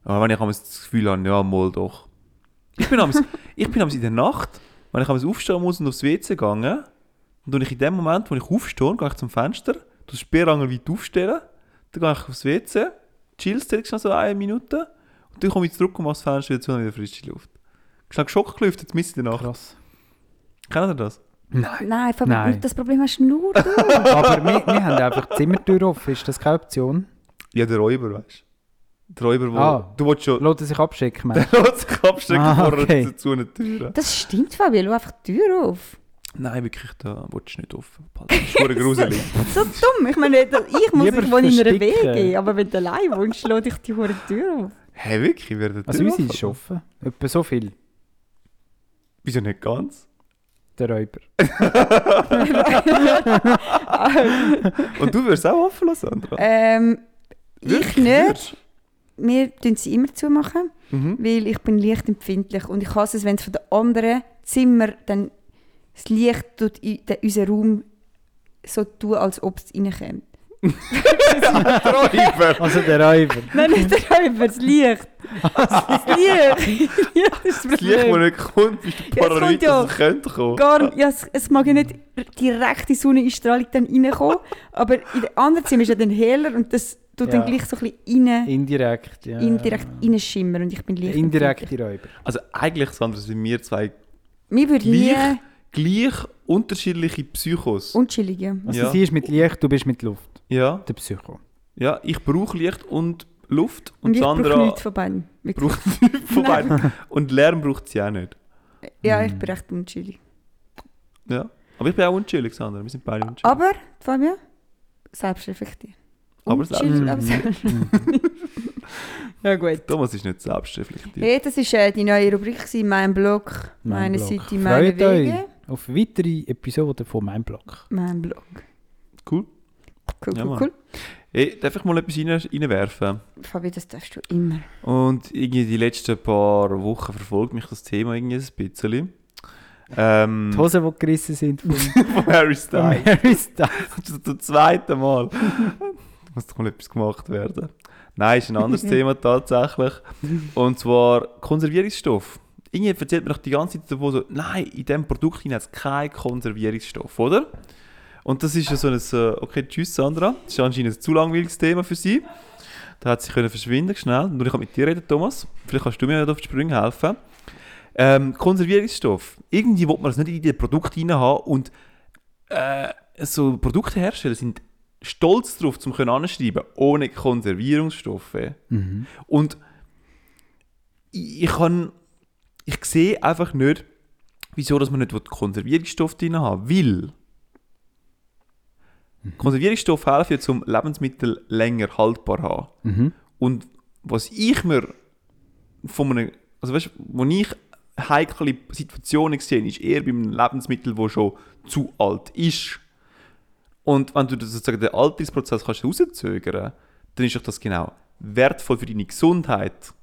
aber wenn ich einmal das Gefühl habe, ja, mal doch. Ich bin abends, ich bin abends in der Nacht, wenn ich abends aufstehen muss und aufs WC gegangen, und dann ich in dem Moment, wo ich aufstehe, gehe ich zum Fenster, du Speerangel weit aufstellen, dann gehe ich aufs WC, chillst direkt noch so eine Minute, und dann komme ich zurück und mache das Fenster wieder zu und habe wieder frische Luft. Ich habe Schockgelüft, jetzt mitten in der Nacht. Krass. Kennt ihr das? Nein, Fabi, Nein. das Problem hast nur du. Aber wir, wir haben einfach die Zimmertür offen. Ist das keine Option? Ja, der Räuber, weißt du? Der Räuber, wo, Ah. du willst schon... Lass er sich abschicken, meinst Der lässt sich abstecken Ah, vor okay. zu, zu einer Tür. Das stimmt, Fabi, schau einfach die Tür auf. Nein, wirklich, da willst du nicht offen. behalten. Das ist hure gruselig. So dumm. Ich meine, da- ich muss Lieber ich wohne in einer verstecken. WG, aber wenn du allein wohnst, schau dich die hure Tür auf. Hä, hey, wirklich? Wer du? Also unsere ist offen. Etwa so viel, Wieso nicht ganz? der Räuber. Und du wirst auch offen lassen, Sandra? Ähm, ich Wirklich, nicht. würdest? Wir tun sie immer zumachen, Mhm. weil ich bin lichtempfindlich und ich hasse es, wenn es von den anderen Zimmer dann das Licht tut in den, unseren Raum so tun, als ob es reinkommt. Der Räuber! Also der Räuber. Nein, nicht der Räuber, das Licht. Das Licht. ja, das ist Das Licht, das nicht kommt, bist du kommt paranoid, ja. dass es könnte kommen. Gar, ja, es, es mag ja nicht direkt die Sonneneinstrahlung dann reinkommen, aber in den anderen Zimmer ist ja dann heller und das tut dann Ja. gleich so ein bisschen rein, Indirekt, ja. indirekt reinschimmern und ich bin Der lichtempfindlich. indirekte Räuber. Also eigentlich, Sandra, sind wir zwei Mir würde nie Licht? gleich unterschiedliche Psychos. unschillig, ja. Also Ja. sie ist mit Licht, du bist mit Luft. ja, Der Psycho. ja, ich brauche Licht und Luft und, Und ich brauche Sandra nichts von beiden. Wirklich. braucht nichts von beiden. Und Lärm braucht sie auch nicht. Ja, ich bin recht unschillig. Ja. Aber ich bin auch unschuldig, Sandra. Wir sind beide unschuldig. Aber, Fabian, selbstreflektiert. Aber selbst- Mhm. ja gut. Thomas ist nicht selbstreflektiert. Hey, das war äh, die neue Rubrik, gewesen, mein Blog, Mein meine Blog. Seite, meine Freut Wege. euch auf weitere Episoden von meinem Blog. Mein Blog. Cool. Cool, Ja, cool, Mann. cool. Hey, darf ich mal etwas rein, reinwerfen? Fabi, das darfst du immer. Und irgendwie die letzten paar Wochen verfolgt mich das Thema irgendwie ein bisschen. Ähm, Die Hosen, die gerissen sind von von Harry um, Styles. Mary Styles. Zum- Zum zweiten Mal. Muss doch mal etwas gemacht werden. Nein, ist ein anderes Thema tatsächlich. Und zwar Konservierungsstoff. Irgendwie erzählt mir doch die ganze Zeit davon so, nein, in diesem Produkt hinein hat es keinen Konservierungsstoff, oder? Und das ist ja so ein, äh, okay, tschüss Sandra, das ist anscheinend ein zu langweiliges Thema für sie. Da hat sie können verschwinden schnell. Nur ich kann mit dir reden, Thomas. Vielleicht kannst du mir ja auf die Sprünge helfen. Ähm, Konservierungsstoff. Irgendwie will man das nicht in die Produkte hinein haben und äh, so Produkthersteller sind stolz darauf, zum können anschreiben, ohne Konservierungsstoffe. Und ich, ich kann, ich sehe einfach nicht, wieso dass man nicht will Konservierungsstoffe drin haben will. Konservierungsstoffe helfen ja, zum Lebensmittel länger haltbar zu haben. Und was ich mir von einem, also weißt, wo ich heikle Situationen gesehen ist eher bei einem Lebensmittel, wo schon zu alt ist. Und wenn du das sozusagen den Alterungsprozess kannst rauszögern, dann ist doch das genau wertvoll für deine Gesundheit.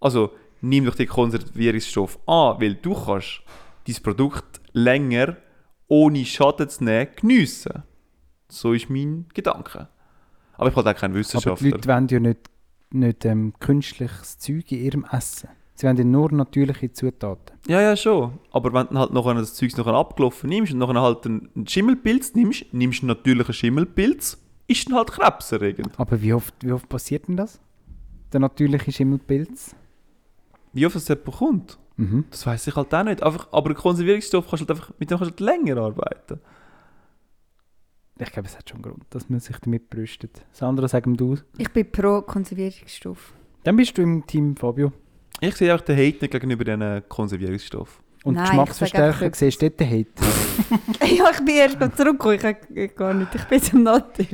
Also nimm doch den Konservierungsstoff an, weil du kannst dein Produkt länger ohne Schaden zu nehmen geniessen. So ist mein Gedanke. Aber ich bin halt auch kein Aber Wissenschaftler. die Leute wollen ja nicht, nicht ähm, künstliches Zeug in ihrem Essen. Sie wollen ja nur natürliche Zutaten. Ja, ja, schon. Aber wenn du halt nachher das Zeug nachher abgelaufen nimmst und nachher halt einen einen Schimmelpilz nimmst, nimmst du einen natürlichen Schimmelpilz, ist dann halt krebserregend. Aber wie oft, wie oft passiert denn das? Der natürliche Schimmelpilz? Wie oft das jemand bekommt, Mhm. das weiß ich halt auch nicht. Einfach, aber einen Konservierungsstoff kannst du halt einfach, mit dem kannst du halt länger arbeiten. Ich glaube, es hat schon einen Grund, dass man sich damit brüstet. Sandra, sag ihm du. Ich bin pro Konservierungsstoff. Dann bist du im Team Fabio. Ich sehe einfach den Hate nicht gegenüber diesen Konservierungsstoff. Und Nein, ich sag Geschmacksverstärker, einfach- siehst du dort den Hate? ja, ich bin erst mal zurückgekommen. Ich habe gar nicht. Ich bin jetzt am Nattel.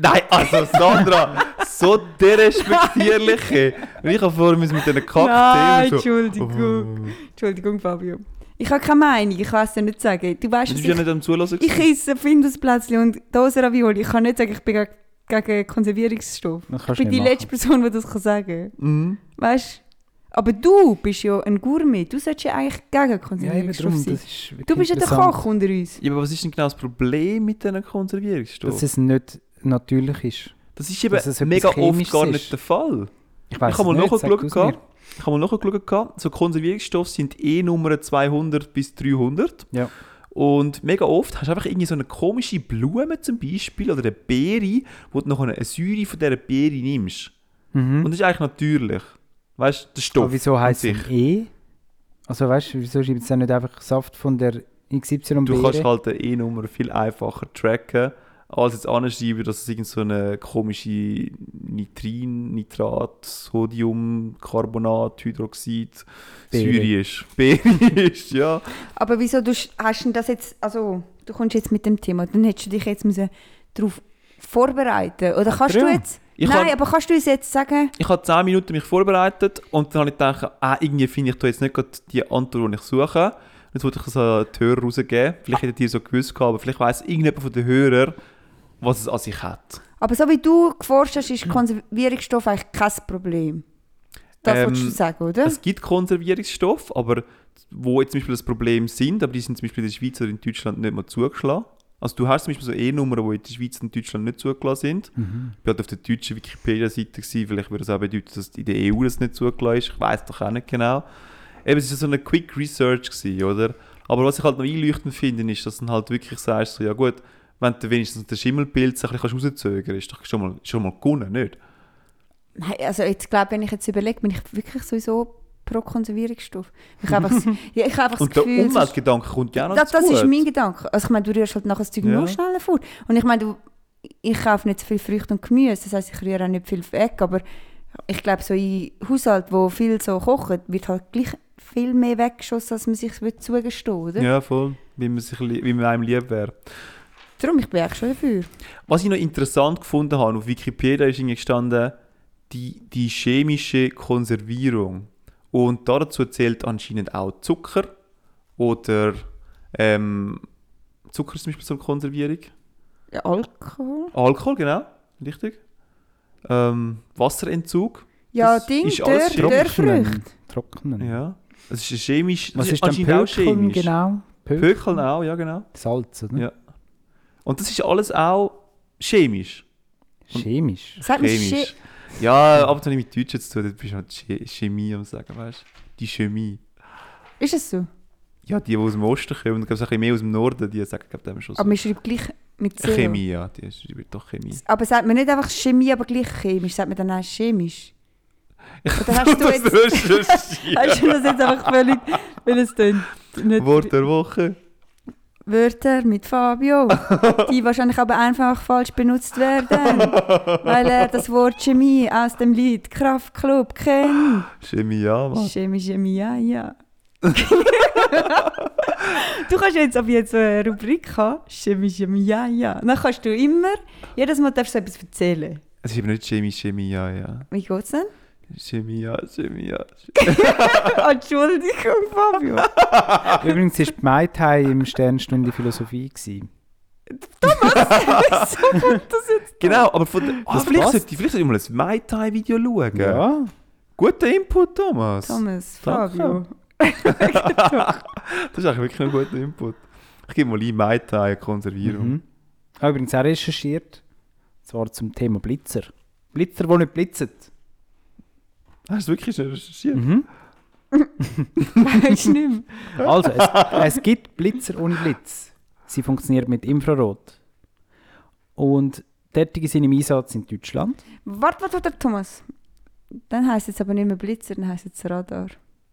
Nein, also Sandra, so derespektierliche. Und ich habe vorher mit diesen Nein, Cocktails und so. Oh. Entschuldigung. Entschuldigung, Fabio. Ich habe keine Meinung. Ich kann es dir nicht sagen. Du weißt, Du was bist ja ich, nicht am Zulassen. ich esse Findusplätzchen und Dose Ravioli. Ich kann nicht sagen, ich bin gegen, gegen Konservierungsstoff. Das kannst Ich du bin nicht die machen. letzte Person, die das kann sagen kann. Mhm. Weißt du? Aber du bist ja ein Gourmet. Du solltest ja eigentlich gegen Ja, eben Konservierungsstoff darum. Das sein. ist Du wirklich bist ja der interessant, Koch unter uns. Ja, aber was ist denn genau das Problem mit diesen Konservierungsstoffen? Dass es nicht natürlich ist. Das ist eben Dass es etwas mega oft Chemisches gar ist. nicht der Fall. Ich Ich weiß habe mal nicht, sag du nachgeschaut. es mir. gehabt. Ich habe mal nachgeschaut. gehabt. So Konservierungsstoffe sind eh Nummer 200 bis 300. Ja. Und mega oft hast du einfach irgendwie so eine komische Blume zum Beispiel oder eine Beere, wo du noch eine Säure von dieser Beere nimmst. Mhm. Und das ist eigentlich natürlich. Weißt du, der Stoff. Aber wieso an heisst sich. es E? Also weißt du, wieso schreibt es dann nicht einfach Saft von der XY Du kannst Beere? halt eine E-Nummer viel einfacher tracken, als jetzt anschreiben, dass es irgend so eine komische Nitrin, Nitrat, Sodium, Carbonat, Hydroxid, Beere. Säure ist. Beere ist, ja. Aber wieso du sch- hast denn das jetzt, also du kommst jetzt mit dem Thema, dann hättest du dich jetzt müssen darauf vorbereiten Oder kannst du ja. jetzt, Ich nein, hab- aber kannst du uns jetzt sagen, Ich habe 10 Minuten mich vorbereitet und dann habe ich gedacht, ah, irgendwie finde ich da jetzt nicht gerade die Antwort, die ich suche. Jetzt wollte ich es an die Hörer rausgeben. Vielleicht hättet ihr so gewusst, gehabt, aber vielleicht weiss irgendjemand von den Hörern, was es an sich hat. aber so wie du geforscht hast, Hm. ist Konservierungsstoff eigentlich kein Problem. Das Ähm, wolltest du sagen, oder? Es gibt Konservierungsstoffe, aber wo jetzt zum Beispiel das Problem sind, aber die sind zum Beispiel in der Schweiz oder in Deutschland nicht mal zugeschlagen. Also du hast zum Beispiel so E-Nummern, die in der Schweiz und Deutschland nicht zugelassen sind. Mhm. Ich war halt auf der deutschen Wikipedia-Seite, gewesen, vielleicht würde das auch bedeuten, dass in der EU das nicht zugelassen ist. Ich weiß doch auch nicht genau. Eben, es war so eine Quick Research, gewesen, oder? Aber was ich halt noch einleuchtend finde, ist, dass du halt wirklich sagst, so, ja gut, wenn du wenigstens den Schimmelpilz ein bisschen rauszögern kannst, ist doch schon mal, schon mal gewonnen, nicht? Nein, also jetzt glaube wenn ich jetzt überlege, bin ich wirklich sowieso pro Konservierungsstoff. Ich habe einfach, ja, ich habe einfach Und das der Gefühl, es ist- Umweltgedanke kommt ja auch noch das, das zu ist gut. mein Gedanke. Also ich meine, du rührst halt nachher das Zeug Ja. noch schneller vor. Und ich meine, du, ich kaufe nicht so viel Früchte und Gemüse, das heisst, ich rühre auch nicht viel weg, aber ich glaube, so in Haushalten, wo viel so kochen, wird halt gleich viel mehr weggeschossen, als man sich würde zugestehen würde. Ja, voll. Wie man, sich, li- wie man einem lieb wäre. Darum, ich bin eigentlich schon dafür. Was ich noch interessant gefunden habe, auf Wikipedia ist irgendwie gestanden, die, die chemische Konservierung. Und dazu zählt anscheinend auch Zucker oder ähm, Zucker ist zum Beispiel so eine Konservierung. Ja, Alkohol? Alkohol, genau. Richtig. Ähm, Wasserentzug. Ja, Das Ding, ist alles Dörr, Dörrfrüchte. Trocknen. Ja. Es ist eine chemisch. Was das ist dann anscheinend auch Pökeln chemisch. genau? Pökeln? Pökeln auch, ja genau. Salz, oder? Ja. Und das ist alles auch chemisch. Chemisch. Sagt man Che- Chemisch. Ja, ab und zu nicht mit Deutsch jetzt zu, dort bist du halt Che- Chemie am Sagen, weißt du? Die Chemie. Ist es so? Ja, die, die aus dem Osten kommen, und glaub, ein bisschen mehr aus dem Norden, die sagen, glaube ich, schon so. Aber man schreibt gleich mit Ah, Zero. Chemie, ja, die schreiben doch Chemie. Aber sagt man nicht einfach Chemie, aber gleich chemisch? Sagt man dann auch chemisch? Oder hast du Das jetzt... ist Hast du das jetzt einfach völlig, weil es dann nicht Wort der Woche. Wörter mit Fabio, die wahrscheinlich aber einfach falsch benutzt werden, weil er das Wort Chemie aus dem Lied Kraftclub kennt. Chemie, ja, Mann. Chemie, Chemie, ja, ja. du kannst jetzt ab jetzt so eine Rubrik haben, Chemie, Chemie, ja, ja. Dann kannst du immer, jedes Mal darfst du etwas erzählen. Es ist eben nicht Chemie, Chemie, ja, ja. Wie geht's denn? Chemie, ja, Chemie, ja. Entschuldigung, Fabio. Ah. Übrigens war Mai Tai im Sternstunde Philosophie. Gewesen. Wieso kommt das jetzt? Genau, aber von der, ah, Das vielleicht, passt. sollte, vielleicht sollte ich mal ein Mai Tai Video schauen. Ja. Guter Input, Thomas. Thomas, Danke. Fabio. Das ist eigentlich wirklich ein guter Input. Ich gebe mal ein Mai Tai Konservierung. Mhm. Ich habe übrigens auch recherchiert. Und zwar zum Thema Blitzer. Blitzer, die nicht blitzen. Hast du wirklich schon recherchiert? Weisst du nicht mehr? Also, es, es gibt Blitzer ohne Blitz. Sie funktionieren mit Infrarot. Und derartige sind im Einsatz in Deutschland. Warte, warte, warte, Thomas. Dann heisst es jetzt aber nicht mehr Blitzer, dann heisst es jetzt Radar.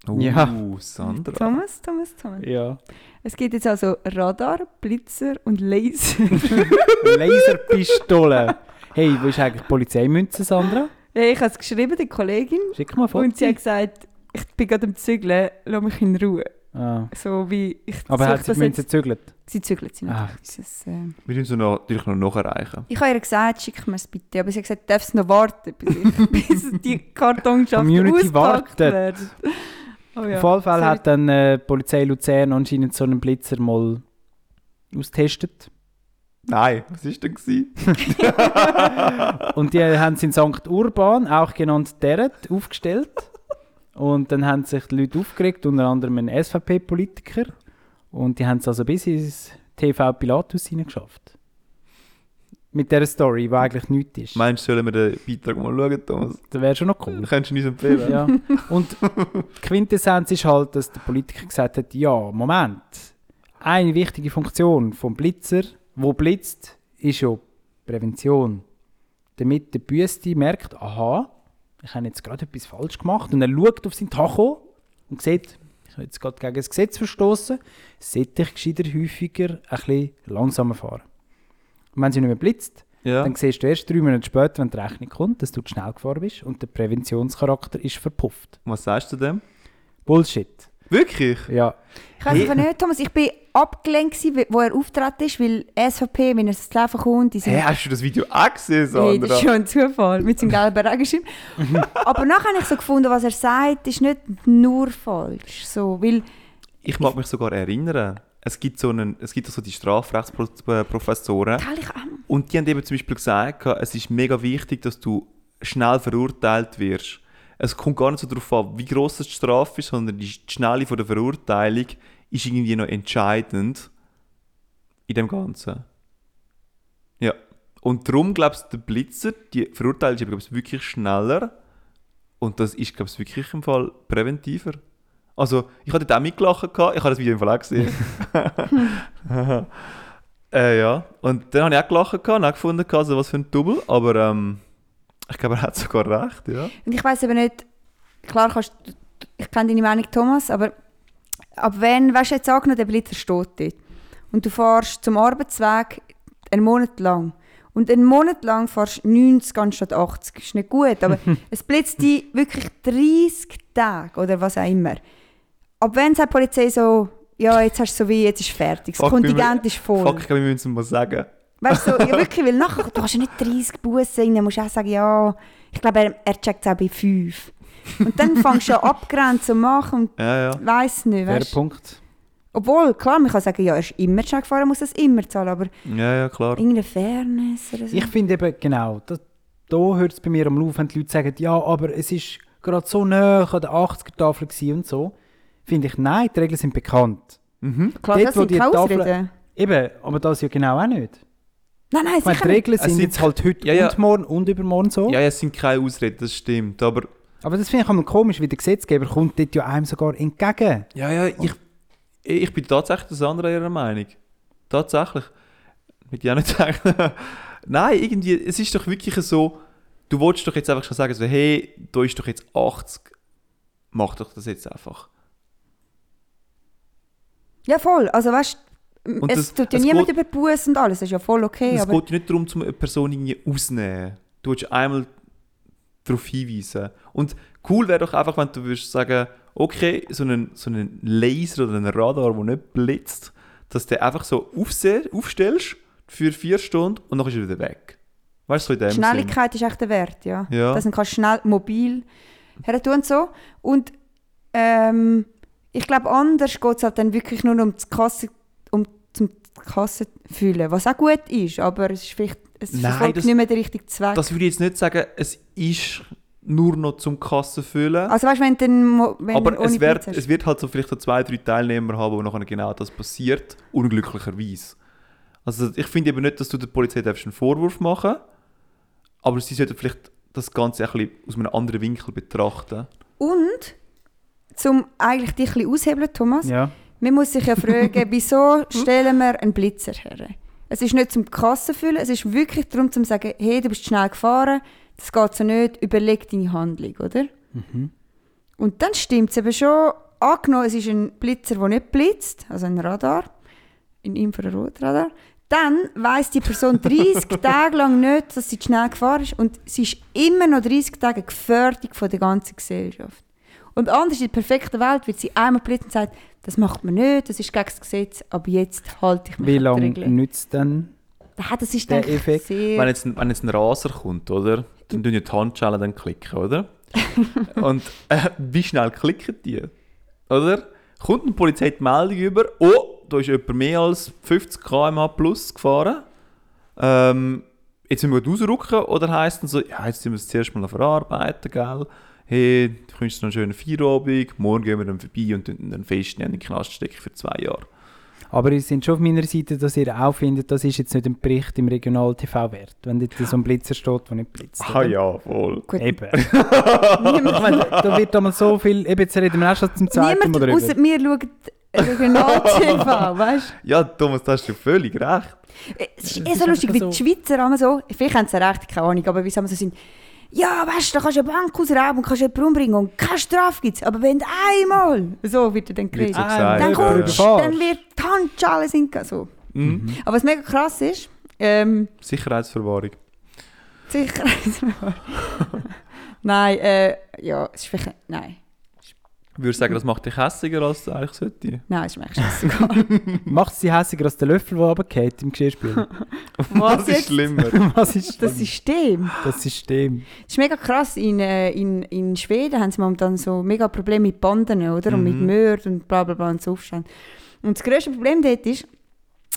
Oh, Ja. Sandra. Thomas, Thomas, Thomas. Ja. Es gibt jetzt also Radar, Blitzer und Laser. Laserpistole. Hey, wo ist eigentlich die Polizeimünze, Sandra? ja, ich habe es geschrieben, der Kollegin. Schick mal vor. Und sie hat gesagt, ich bin gerade am Zügeln, lass mich in Ruhe. ah. So wie ich Aber suche hat sie das die Münze jetzt. gezügelt? Sie zügelt sie Ah. natürlich. Das ist, äh, Wir müssen sie noch- natürlich noch nacherreichen. ich habe ihr gesagt, schick mir es bitte. Aber sie hat gesagt, darf es noch warten, bis, ich, bis die Kartonschaft Community ausgepackt wartet. wird. Oh ja. Auf jeden Fall sorry. hat dann äh, die Polizei Luzern anscheinend so einen Blitzer mal austestet. Nein, was war denn? gewesen? Und die haben sie in St. Urban, auch genannt Deret, aufgestellt. Und dann haben sich die Leute aufgeregt, unter anderem ein SVP-Politiker. Und die haben es also bis ins TV Pilatus hineingeschafft. Mit dieser Story, die eigentlich nichts ist. Meinst du, sollen wir den Beitrag mal schauen, Thomas? Das wäre schon noch cool. Könntest du uns empfehlen? Ja. Und die Quintessenz ist halt, dass der Politiker gesagt hat, ja, Moment, eine wichtige Funktion vom Blitzer, wo blitzt, ist ja Prävention. Damit der Büste merkt, aha, ich habe jetzt gerade etwas falsch gemacht und er schaut auf sein Tacho und sieht, ich habe jetzt gerade gegen das Gesetz verstoßen, sollte ich gescheiter häufiger ein bisschen langsamer fahren. Und wenn sie nicht mehr blitzt, Ja. dann siehst du erst drei Monate später, wenn die Rechnung kommt, dass du zu schnell gefahren bist und der Präventionscharakter ist verpufft. Was sagst du dem? Bullshit. Wirklich? Ja. Ich weiß einfach nicht, Thomas, ich bin abgelenkt, gewesen, we- wo er auftreten ist, weil SVP, wenn er ins Leben kommt, die sind... Hey, hast du das Video auch Hey, gesehen, das Sandra? ist schon ein Zufall, mit seinem gelben Regenschirm. Aber nachher habe ich so gefunden, was er sagt, ist nicht nur falsch. So, weil ich mag mich sogar erinnern. Es gibt so einen, es gibt auch so die Strafrechtsprofessoren Teil ich am. und die haben eben zum Beispiel gesagt, es ist mega wichtig, dass du schnell verurteilt wirst. Es kommt gar nicht so darauf an, wie gross die Strafe ist, sondern die Schnelle von der Verurteilung ist irgendwie noch entscheidend in dem Ganzen. Ja. Und darum glaubst du, der Blitzer, die Verurteilung ist aber, glaubst, du, wirklich schneller. Und das ist, glaubst, du, wirklich im Fall präventiver. Also, ich hatte da auch mitgelacht, gehabt. ich habe das Video im Fall auch gesehen. äh, ja. Und dann habe ich auch gelacht gehabt und auch gefunden, gehabt, also, was für ein Double. Aber ähm, ich glaube, er hat sogar recht, ja. Und ich weiß eben nicht, klar kannst du, ich kenne deine Meinung, Thomas, aber ab wenn, weißt du, jetzt angenommen, der Blitzer steht dort. Und du fährst zum Arbeitsweg einen Monat lang. Und einen Monat lang fährst du 90 anstatt 80. Ist nicht gut, aber es blitzt dich wirklich 30 Tage oder was auch immer. Ab wenn sagt die Polizei so, ja, jetzt hast du so wie, jetzt ist fertig. Das Fuck, Kontingent wir- ist voll. Fuck, ich glaube, wir müssen es mal sagen. Weißt du, so, ja, wirklich, weil nachher, du hast ja nicht 30 Bussen, dann musst du auch sagen, ja, ich glaube, er, er checkt es auch bei 5. Und dann fängst du an, Abgrenzen zu machen Ja, ja. und weiss nicht, Fairer weißt du. Punkt. Obwohl, klar, man kann sagen, ja, er ist immer schnell gefahren, er muss das immer zahlen, aber Ja, ja, klar. irgendeine Fairness oder so. Ich finde eben, genau, da, da hört es bei mir am Lauf, wenn die Leute sagen, ja, aber es ist gerade so nah an der 80er-Tafel gewesen und so. Finde ich, nein, die Regeln sind bekannt. klar, dort, das wo sind die keine Tafeln- Ausreden. Eben, aber das ja genau auch nicht. Nein, nein, Ich meine, sicher die nicht. Regeln Es sind sind- jetzt halt heute Ja, ja. und morgen und übermorgen so. Ja, ja, es sind keine Ausreden, das stimmt. Aber Aber das finde ich einmal komisch, wie der Gesetzgeber kommt dort ja einem sogar entgegen. ja, ja, ich, ich bin tatsächlich das andere ihrer Meinung. Tatsächlich. Mit ja nicht sagen. Nein, irgendwie, es ist doch wirklich so, du wolltest doch jetzt einfach schon sagen, so, hey, da ist doch jetzt 80, mach doch das jetzt einfach. Ja, voll, also weißt du, Und es das- tut ja es niemand geht- über Bussen und alles, das ist ja voll okay, es aber geht ja nicht darum, zum eine Person irgendwie auszunehmen. Du willst einmal darauf hinweisen. Und cool wäre doch einfach, wenn du würdest sagen, okay, so einen, so einen Laser oder einen Radar, der nicht blitzt, dass du den einfach so aufse- aufstellst für vier Stunden und dann ist er wieder weg. Weißt du, so in dem Sinn. Schnelligkeit ist echt der Wert, ja. Ja. Dass man kann schnell mobil her tun und so. Und ähm, ich glaube, anders geht es halt dann wirklich nur um die Kasse, um zum die Kasse zu füllen, was auch gut ist, aber es ist vielleicht es Nein, verfolgt das- nicht mehr den richtigen Zweck. Das würde ich jetzt nicht sagen, es ist nur noch zum Kassen füllen. also weißt du, wenn du dann mo- wenn aber du ohne es wird, Blitz hast. es wird halt so vielleicht so zwei, drei Teilnehmer haben, wo nachher genau das passiert, unglücklicherweise. Also ich finde eben nicht, dass du der Polizei darfst einen Vorwurf machen aber sie sollten vielleicht das Ganze ein bisschen aus einem anderen Winkel betrachten. Und, um eigentlich dich ein bisschen aushebeln, Thomas, Ja. Man muss sich ja fragen, Hm? wieso stellen wir einen Blitzer her? Es ist nicht zum Kassen füllen, es ist wirklich darum zu sagen, Mhm. hey, du bist schnell gefahren, das geht so nicht, überleg deine Handlung, oder? Und dann stimmt es eben schon, angenommen es ist ein Blitzer, der nicht blitzt, also ein Radar, ein Infrarotradar, dann weiß die Person 30 Tage lang nicht, dass sie zu schnell gefahren ist und sie ist immer noch 30 Tage eine Gefährdung von der ganzen Gesellschaft. Und anders in der perfekten Welt wird sie einmal blitzt und sagt, das macht man nicht, das ist gegen das Gesetz, aber jetzt halte ich mich Wie an die lange Regeln. nützt denn? Ja, das ist der eigentlich Effekt? sehr... Wenn jetzt, ein- wenn jetzt ein Raser kommt, oder? Dann tun ja die Handschellen dann klicken, oder? Und äh, wie schnell klicken die? Oder? Kommt eine Polizei die Meldung über, oh, da ist jemand mehr als 50 km/h plus gefahren. Ähm, jetzt müssen wir ausrücken oder heisst dann so, ja, jetzt müssen wir es zuerst mal verarbeiten, gell? Hey, du kriegst noch einen schönen Feierabend, morgen gehen wir dann vorbei und tun ihn dann festnehmen in den Knast stecken für zwei Jahre. Aber ihr sind schon auf meiner Seite, dass ihr auch findet, das ist jetzt nicht ein Bericht im regionalen TV wert, wenn dort so ein Blitzer steht, der nicht blitzt. oder? Ah, ja, wohl. Gut, Eben. Ich meine, da wird da mal so viel, eben jetzt reden wir auch schon zum zweiten Mal niemand drüber. außer mir schaut Regional-TV, weißt du? Ja, Thomas, da hast du völlig recht. Es ist eh so lustig, wie die Schweizer immer so, vielleicht haben sie recht, keine Ahnung, aber wie sie immer so sind, ja, weißt du, da kannst du eine Bank ausrauben und kannst jemanden umbringen und keine Strafe gibt es, aber wenn du einmal, so wird er dann Wird geredet. so Ah, gesagt. dann Nein, ja. kommst kommst du, überfährst. dann wird die Handschale sinken. So. Mhm. Aber was mega krass ist, ähm, Sicherheitsverwahrung. sicher. nein, äh, ja, es ist vielleicht, nein, Ich würde sagen, das macht dich hässiger, als du eigentlich sollte. nein, es ist mir echt scheißegal. Macht sie hässiger als der Löffel, der runterfällt im Geschirrspüler? Was Das ist jetzt? schlimmer. Was ist Das das, System. das System? Es ist mega krass, in, äh, in, in Schweden haben sie momentan so mega Probleme mit Banden, oder? Und mit Mhm. Mörd und bla bla bla und so Aufständen. Und das grösste Problem dort ist,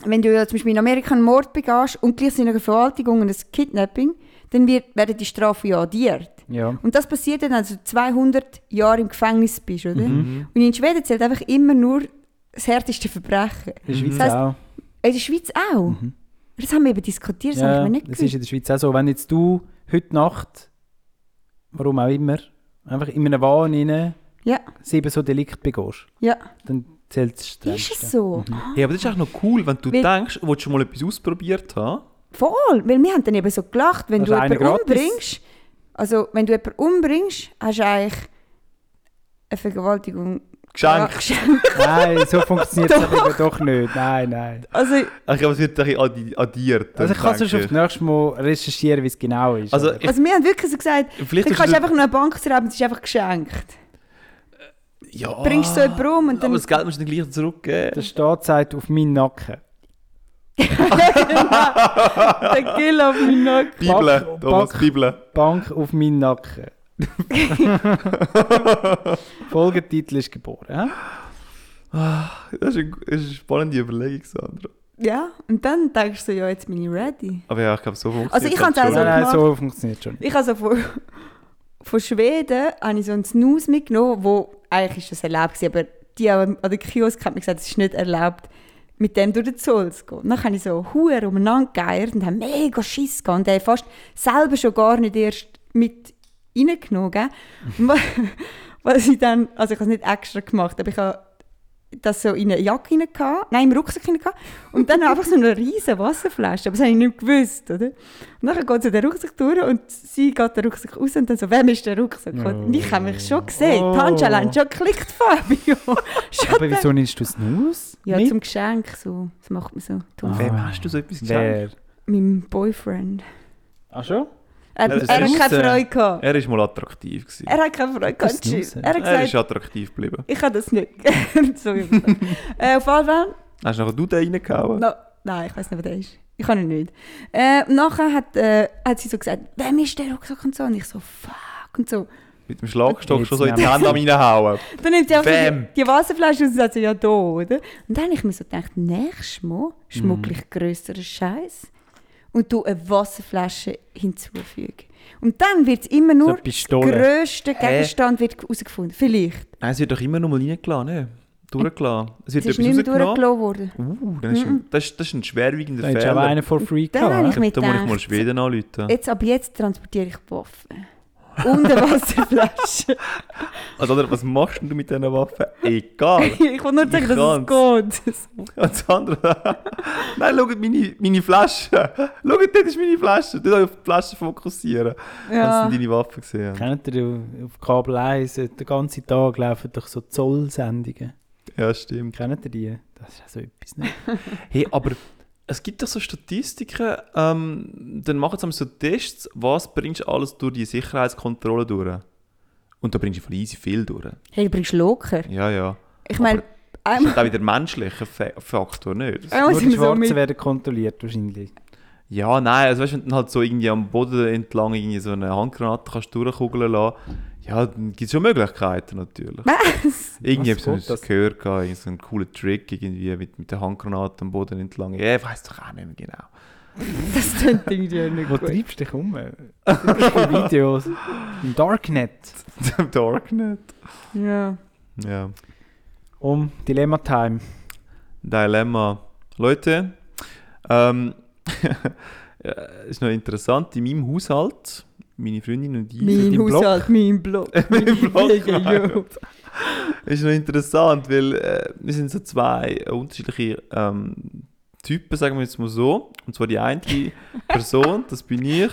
wenn du ja zum Beispiel in Amerika einen Mord begehst und gleich eine Vergewaltigung und ein Kidnapping, dann wird, werden die Strafen ja addiert. Ja. Und das passiert dann, wenn du 200 Jahre im Gefängnis bist, oder? Mhm. Und in Schweden zählt einfach immer nur das härteste Verbrechen. In der Schweiz Das heisst, auch. In der Schweiz auch. Mhm. Das haben wir eben diskutiert, das habe ich mir nicht das ist gewusst. in der Schweiz auch so. Wenn jetzt du heute Nacht, warum auch immer, einfach in einem Wahn rein Ja. sieben so Delikte begehst, Ja, dann zählt es streng. ist es so? Mhm. Ja, aber das ist auch noch cool, wenn du Weil- denkst, du willst schon mal etwas ausprobiert haben. Voll, weil wir haben dann eben so gelacht, wenn Also du jemanden einer gratis. umbringst, also wenn du jemanden umbringst, hast du eigentlich eine Vergewaltigung Geschenk. Ja, geschenkt. Nein, so funktioniert es eben doch nicht. Nein, nein. Also Ich glaube, es wird ein bisschen addi- addiert. Also ich kann denke sonst auf das nächste Mal recherchieren, wie es genau ist. Also, aber- ich, also wir haben wirklich so gesagt, vielleicht du ist kannst es- einfach nur eine Bank zerreiben, es ist einfach geschenkt. ja, Bringst so Ah, jemanden um und dann... Aber das Geld musst du dann gleich der zurückgeben. Staat sagt auf meinen Nacken. Genau. Der Kill auf meinen Nacken. Bibel, Back- Thomas, Back- Bibel. Bank auf meinen Nacken. Folgetitel ist geboren. hä? Das ist, ein, das ist eine spannende Überlegung, Sandra. Ja, und dann denkst du so, ja, jetzt bin ich ready. Aber ja, ich glaube, so funktioniert Also ich kann's auch das so- schon. nein, nein, gemacht. so funktioniert schon. Ich habe so von, von Schweden habe ich so einen Snooze mitgenommen, wo eigentlich ist das erlaubt war, aber die an an der Kiosk hat mir gesagt, es ist nicht erlaubt, mit dem durch den Zoll zu gehen. Dann habe ich so huere umeinander geeiert und habe mega Schiss gehabt und habe fast selber schon gar nicht erst mit reingenommen. gell? Und wa- was ich dann, also ich habe es nicht extra gemacht, aber ich habe das so in eine Jacke hinein gehabt, nein, im Rucksack hinein gehabt und dann einfach so eine riesen Wasserflasche, aber das habe ich nicht gewusst, oder? Und dann geht sie den Rucksack durch und sie geht den Rucksack raus und dann so, wem ist der Rucksack? Und ich habe mich schon gesehen, Oh. die Handschellen haben schon geklickt, Fabio. schon Aber wieso nimmst du es aus? ja, zum Geschenk so, das macht man so. Tom. Ah. Wem hast du so etwas geschenkt? Wer? Meinem Boyfriend. Ach schon? Er, Ja, das er hat ist, keine äh, Freude gehabt. Er war mal attraktiv. Gewesen. Er hat keine Freude Das gehabt. ist raus. Tschüss. Er hat Er gesagt, ist attraktiv geblieben. ich habe das nicht. Sorry. äh, auf jeden Fall Hast du nachher du den reingehauen? No, nein, ich weiß nicht, wer der ist. Ich kann ihn nicht. Äh, und nachher hat, äh, hat sie so gesagt, wem ist der Rucksack und so? Und ich so, fuck und so. Mit dem Schlagstock Jetzt schon so in die nehmen Hände an reinhauen. Dann nimmt sie einfach so Wem? die, die Wasserflasche raus und sagt so, ja, da, oder? Und dann habe ich mir so gedacht, nächstes Mal Mhm. schmuggle ich grösseren Scheiß und du eine Wasserflasche hinzufügen. Und dann wird es immer nur der Pistole. grösste Gegenstand wird herausgefunden. Vielleicht. Nein, es wird doch immer nur mal reingelassen, ne? Durchgelassen. Es wird Es ist etwas nicht mehr Mhm. rausgenommen. durchgelassen worden. Uh, dann ist ein, das, ist, das ist ein schwerwiegender Da hättest du auch Fehler. einen for free Dann habe gehabt. ich mir Da muss ich mal gedacht, Schweden anrufen. jetzt, ab jetzt transportiere ich Waffen. und eine Wasserflasche. Also, oder, was machst denn du mit diesen Waffen? Egal. ich wollte nur sagen, Ich dass es geht. Und das andere. Nein, schaut meine, meine Flasche. Schaut, das ist meine Flasche. Du auf die Flasche fokussieren. Das Ja. sind deine Waffen gesehen. Kennt ihr auf Kabel 1, äh, den ganzen Tag laufen doch so Zollsendungen. Ja, stimmt. Kennt ihr die? Das ist ja so etwas. Ne? Hey, aber es gibt doch so Statistiken, ähm, dann machen sie so Tests, was bringst du alles durch die Sicherheitskontrolle durch. Und da bringst du voll easy viel durch. Hey, du bringst locker. Ja, ja. Ich meine, Das einmal, ist auch wieder ein menschlicher Fa- Faktor, nicht? einmal Nur sind die wir so Schwarzen mit. werden kontrolliert wahrscheinlich. Ja, nein, also weißt du, wenn du halt so irgendwie am Boden entlang irgendwie so eine Handgranate kannst durchkugeln lassen, ja, dann gibt es schon Möglichkeiten natürlich. Was? Irgendwie Was habe ich geht das das? gehört, gehabt, irgend so einen coolen Trick irgendwie mit, mit der Handgranate am Boden entlang. Ja, ich weiß doch auch nicht mehr genau. Das klingt irgendwie auch nicht Wo gut. treibst du dich um? Äh, irgendwelche Videos. Im Darknet. Im Darknet. Ja. genau. Ja. Um Dilemma Time. Dilemma. Leute, ähm, ja, ist noch interessant, in meinem Haushalt, meine Freundin und ich, Mein Block? Haushalt, mein Block. Mein Block, Wege, jo. ist noch interessant, weil äh, wir sind so zwei äh, unterschiedliche ähm, Typen, sagen wir jetzt mal so. Und zwar die eine Person, das bin ich, an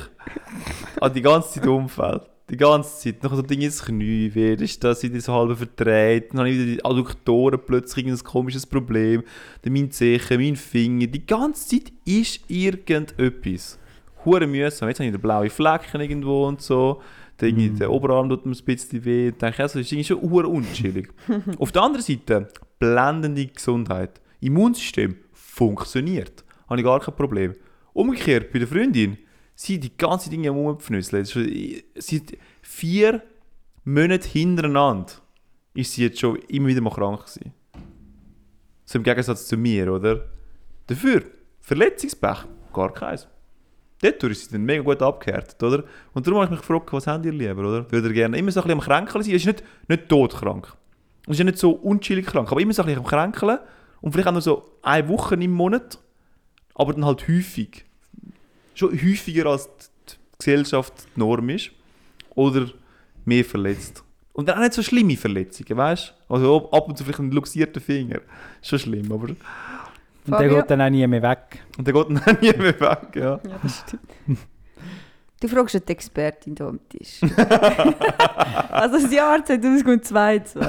Ah, die ganze Zeit umfällt. Die ganze Zeit. Nachher so Ding ins Knie wird, ist das wieder so halb verdreht. Dann habe ich wieder die Adduktoren plötzlich ein komisches Problem. Dann mein Zehen, mein Finger. Die ganze Zeit ist irgendetwas. Hure mühsam. Jetzt habe ich wieder blaue Flecken irgendwo und so. Dann irgendwie der Oberarm tut mir ein bisschen weh. Dann denke ich, also, das ist irgendwie schon hure unschillig. Auf der anderen Seite, blendende Gesundheit. Immunsystem funktioniert. Habe ich gar kein Problem. Umgekehrt, bei der Freundin, sie die ganze Dinge am Umpfnüsseln. Es ist schon- Seit vier Monaten hintereinander ist sie jetzt schon immer wieder mal krank gewesen. So im Gegensatz zu mir, oder? Dafür, Verletzungspech, gar keins. Dadurch ist sie dann mega gut abgehärtet, oder? Und darum habe ich mich gefragt, was habt ihr lieber, oder? Würde ihr gerne immer so ein bisschen am Kränkeln sein? Es ist nicht, nicht todkrank. Und es ist ja nicht so unchillig krank, aber immer so ein bisschen am Kränkeln. Und vielleicht auch nur so eine Woche im Monat, aber dann halt häufig. Schon häufiger als die Gesellschaft die Norm ist. Oder mehr verletzt. Und dann auch nicht so schlimme Verletzungen, weißt du? Also ab- ab und zu vielleicht ein luxierter Finger. Ist schon schlimm, aber... Und der Fabio? geht dann auch nie mehr weg. Und der geht dann nie mehr weg, ja. Ja, das stimmt. Du fragst ja die Expertin hier am Tisch. also das Jahr 2022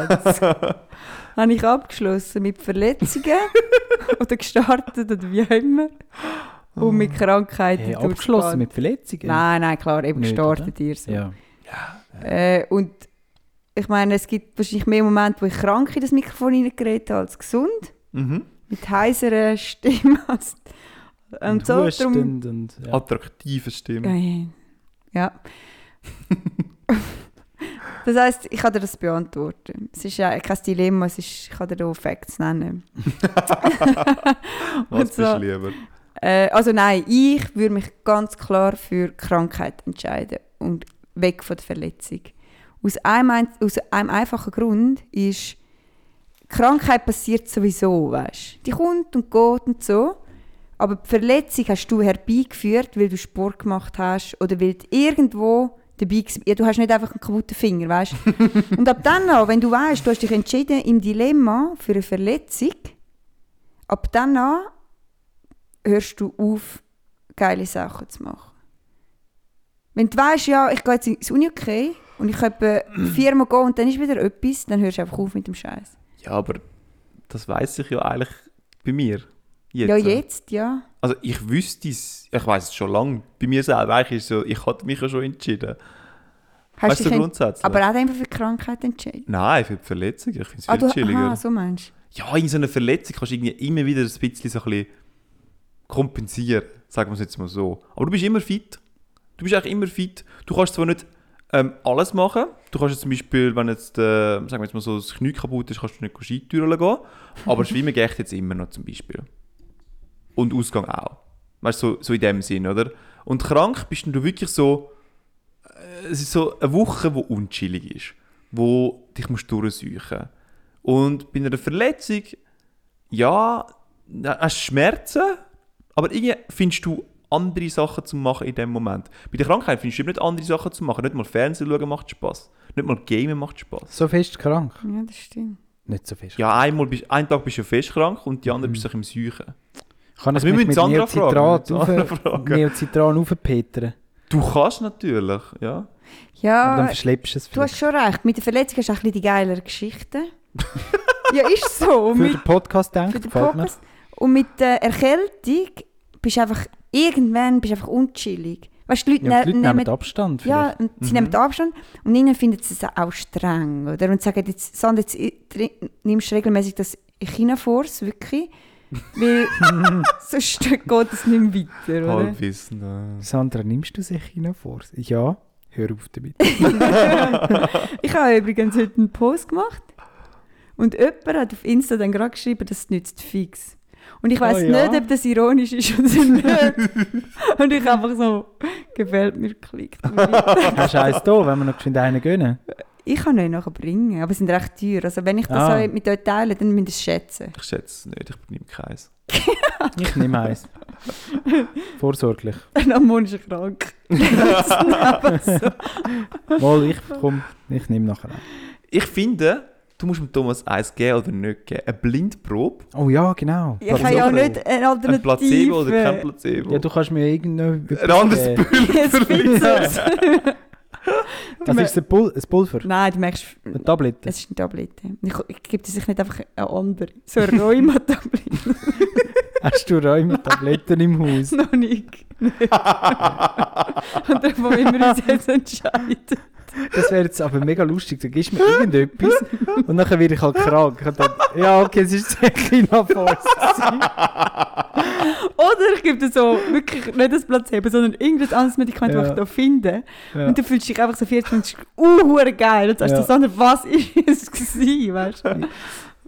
habe ich abgeschlossen mit Verletzungen oder gestartet oder wie auch immer und mit Krankheiten Ah. Hey, durchgefahren. abgeschlossen mit Verletzungen. Nein, nein, klar, eben Nicht, gestartet ihr so. Ja. Äh, und ich meine, es gibt wahrscheinlich mehr Momente, wo ich krank in das Mikrofon hineingeredet habe als gesund. Mhm. Mit heiserer Stimme. als- Und, so. Drum, hustend und, ja. Attraktive Stimme. Äh, ja. das heisst, ich kann dir das beantworten. Es ist ja kein Dilemma, es ist, ich kann dir da Facts nennen. Was Und so. bist du lieber? Äh, also nein, ich würde mich ganz klar für Krankheit entscheiden und weg von der Verletzung. Aus einem, ein- aus einem einfachen Grund ist, Krankheit passiert sowieso, weißt Die kommt und geht und so. Aber die Verletzung hast du herbeigeführt, weil du Sport gemacht hast oder weil du irgendwo dabei gewesen- ja, Du hast nicht einfach einen kaputten Finger, weißt Und ab dann an, wenn du weißt, du hast dich entschieden im Dilemma für eine Verletzung, ab dann an hörst du auf, geile Sachen zu machen. Wenn du weißt, ja, ich gehe jetzt ins uni okay und ich kann etwa viermal gehen und dann ist wieder etwas, dann hörst du einfach auf mit dem Scheiß. Ja, aber das weiß ich ja eigentlich bei mir. Jetzt. Ja, jetzt, ja. Also ich wüsste es, ich weiß es schon lange bei mir selber. Eigentlich ist es so, ich hatte mich ja schon entschieden. Hast weißt du, dich so ent- grundsätzlich? aber auch einfach für die Krankheit entschieden. Nein, für die Verletzung. Ich finde es Ah, viel du, chilliger. aha, so meinst du. Ja, in so einer Verletzung kannst du irgendwie immer wieder ein bisschen, so ein bisschen kompensieren, sagen wir es jetzt mal so. Aber du bist immer fit. Du bist eigentlich immer fit. Du kannst zwar nicht ähm, alles machen. Du kannst jetzt zum Beispiel, wenn jetzt, äh, sagen wir jetzt mal so, das Knie kaputt ist, kannst du nicht Skitouren gehen. Aber schwimmen geht jetzt immer noch zum Beispiel. Und Ausgang auch. Weißt du, so, so in dem Sinn, oder? Und krank bist du wirklich so, äh, es ist so eine Woche, wo unchillig ist. Wo dich musst durchsuchen und bei einer Verletzung, ja, hast du Schmerzen, aber irgendwie findest du andere Sachen zu machen in dem Moment. Bei der Krankheit findest du eben nicht andere Sachen zu machen. Nicht mal Fernsehen schauen macht Spass. Nicht mal Gamen macht Spass. So fest krank? Ja, das stimmt. Nicht so fest. Ja, einmal bist, einen Tag bist du festkrank und die Mhm. anderen bist du dich im Seuchen. Kann Also ich wir mich müssen mit Sandra Neocitrat fragen, wir müssen Sandra auf, fragen. Neocitran aufpetern? Du kannst natürlich, ja. Aber dann Ja, verschleppst du es Ah, du hast vielleicht. schon recht. Mit der Verletzung hast du ein bisschen die geilere Geschichte. ja, ist so. Für Mit, den Podcast denkt, für den gefällt mir. Podcast. Und mit der Erkältung bist du einfach, irgendwann bist du einfach unchillig. Weißt du, die Leute, Ja, die Leute ne- nehmen Abstand Ja, vielleicht. Mhm. und sie nehmen Abstand und ihnen finden sie es auch streng, oder? Und sagen jetzt, Sand, jetzt i- tri- nimmst du regelmäßig das China-Force, wirklich, weil sonst geht es nicht mehr weiter, oder? Halbwissen. Sandra, nimmst du sich hinein vor? Ja, hör auf damit. Halt. Ich habe übrigens heute einen Post gemacht und jemand hat auf Insta dann gerade geschrieben, das nützt fix. Und ich weiß Oh ja? nicht, ob das ironisch ist oder nicht. und ich einfach so, gefällt mir, klickt. Hast du eins da, wenn wir noch geschwind einen gönnen? Ich kann euch nachher bringen, aber sie sind recht teuer. Also wenn ich das Ah. euch mit euch teile, dann müsst ihr es schätzen. Ich schätze es nicht, ich nehme keins. Ich nehme eins. Vorsorglich. Ramon ist krank. Nebenso. Mal, ich komm, ich nehme nachher einen. Ich finde, du musst dem Thomas eins geben oder nicht geben. Eine Blindprobe, Oh ja, genau. ich habe ja auch nicht eine Alternative. ein Placebo oder kein Placebo. Ja, du kannst mir irgendein... ein anderes äh, Placebo. Das ist ein, Pul ein Pulver, Nein, du merkst, eine Tablette. es ist eine Tablette. Ich, ich gebe dir sicher nicht einfach eine andere. So eine Rheuma-Tablette. Hast du Räume Tabletten im Haus? Noch nicht. Und davon müssen wir uns jetzt entscheiden. Das wäre jetzt aber mega lustig. Du gibst mir irgendetwas und dann werde ich halt krank. Und dann, ja, okay, es ist ein China-Force. Oder ich gebe dir so wirklich nicht das Placebo, sondern irgendein anderes Medikament, das Ja. ich da finde. Ja. Und du fühlst dich einfach so 40 Minuten uh, geil. Und sagst Ja. ja. Sandra, was ist es gewesen, weißt du?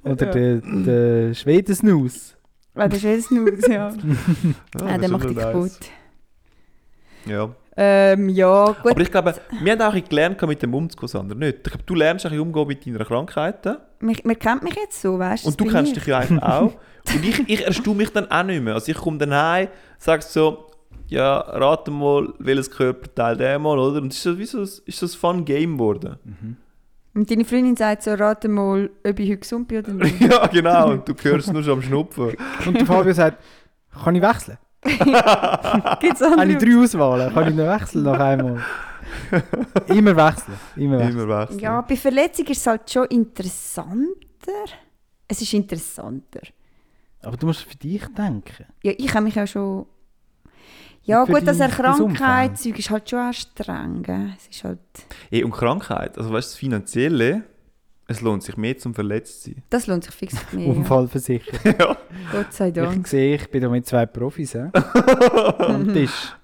Oder der, der Schweden-Snus. Weil das ist jetzt nur, ja. Ja, Nein, das der ist macht dich schon kaputt. nice. Ja. Ähm, ja, gut. Aber ich glaube, wir haben auch ein bisschen gelernt, mit dem umzugehen, Sander, nicht? Ich glaube, du lernst ein bisschen umgehen mit deinen Krankheiten. mich, man kennt mich jetzt so, weißt Und du kennst dich ja eigentlich auch. Und ich, ich erstaune mich dann auch nicht mehr. Also ich komme dann heim, sagst so, ja, rate mal, welches Körperteil der mal, oder? Und es ist so, wie so, ein- ist so ein Fun-Game geworden. Und deine Freundin sagt so, rate mal, ob ich heute gesund bin oder nicht. ja, genau. Und du hörst nur schon am Schnupfen. Und der Fabio sagt, kann ich wechseln? Gibt's Habe ich andere? drei Auswahlen? Kann ich noch wechseln nach einmal? Immer wechseln. Immer wechseln. Immer wechseln. Ja, bei Verletzung ist es halt schon interessanter. Es ist interessanter. Aber du musst für dich denken. Ja, ich habe mich ja schon... Ja, Für gut, das dein- dein Erkrankheitszeug ist halt schon auch streng, gell? Es ist halt... Hey, und Krankheit, also weißt du, das Finanzielle, es lohnt sich mehr zum verletzt zu sein. Das lohnt sich fix mehr. ja. Unfallversicherung. Gott sei Ich Dank. sehe, ich bin da mit zwei Profis. hä? Am Tisch.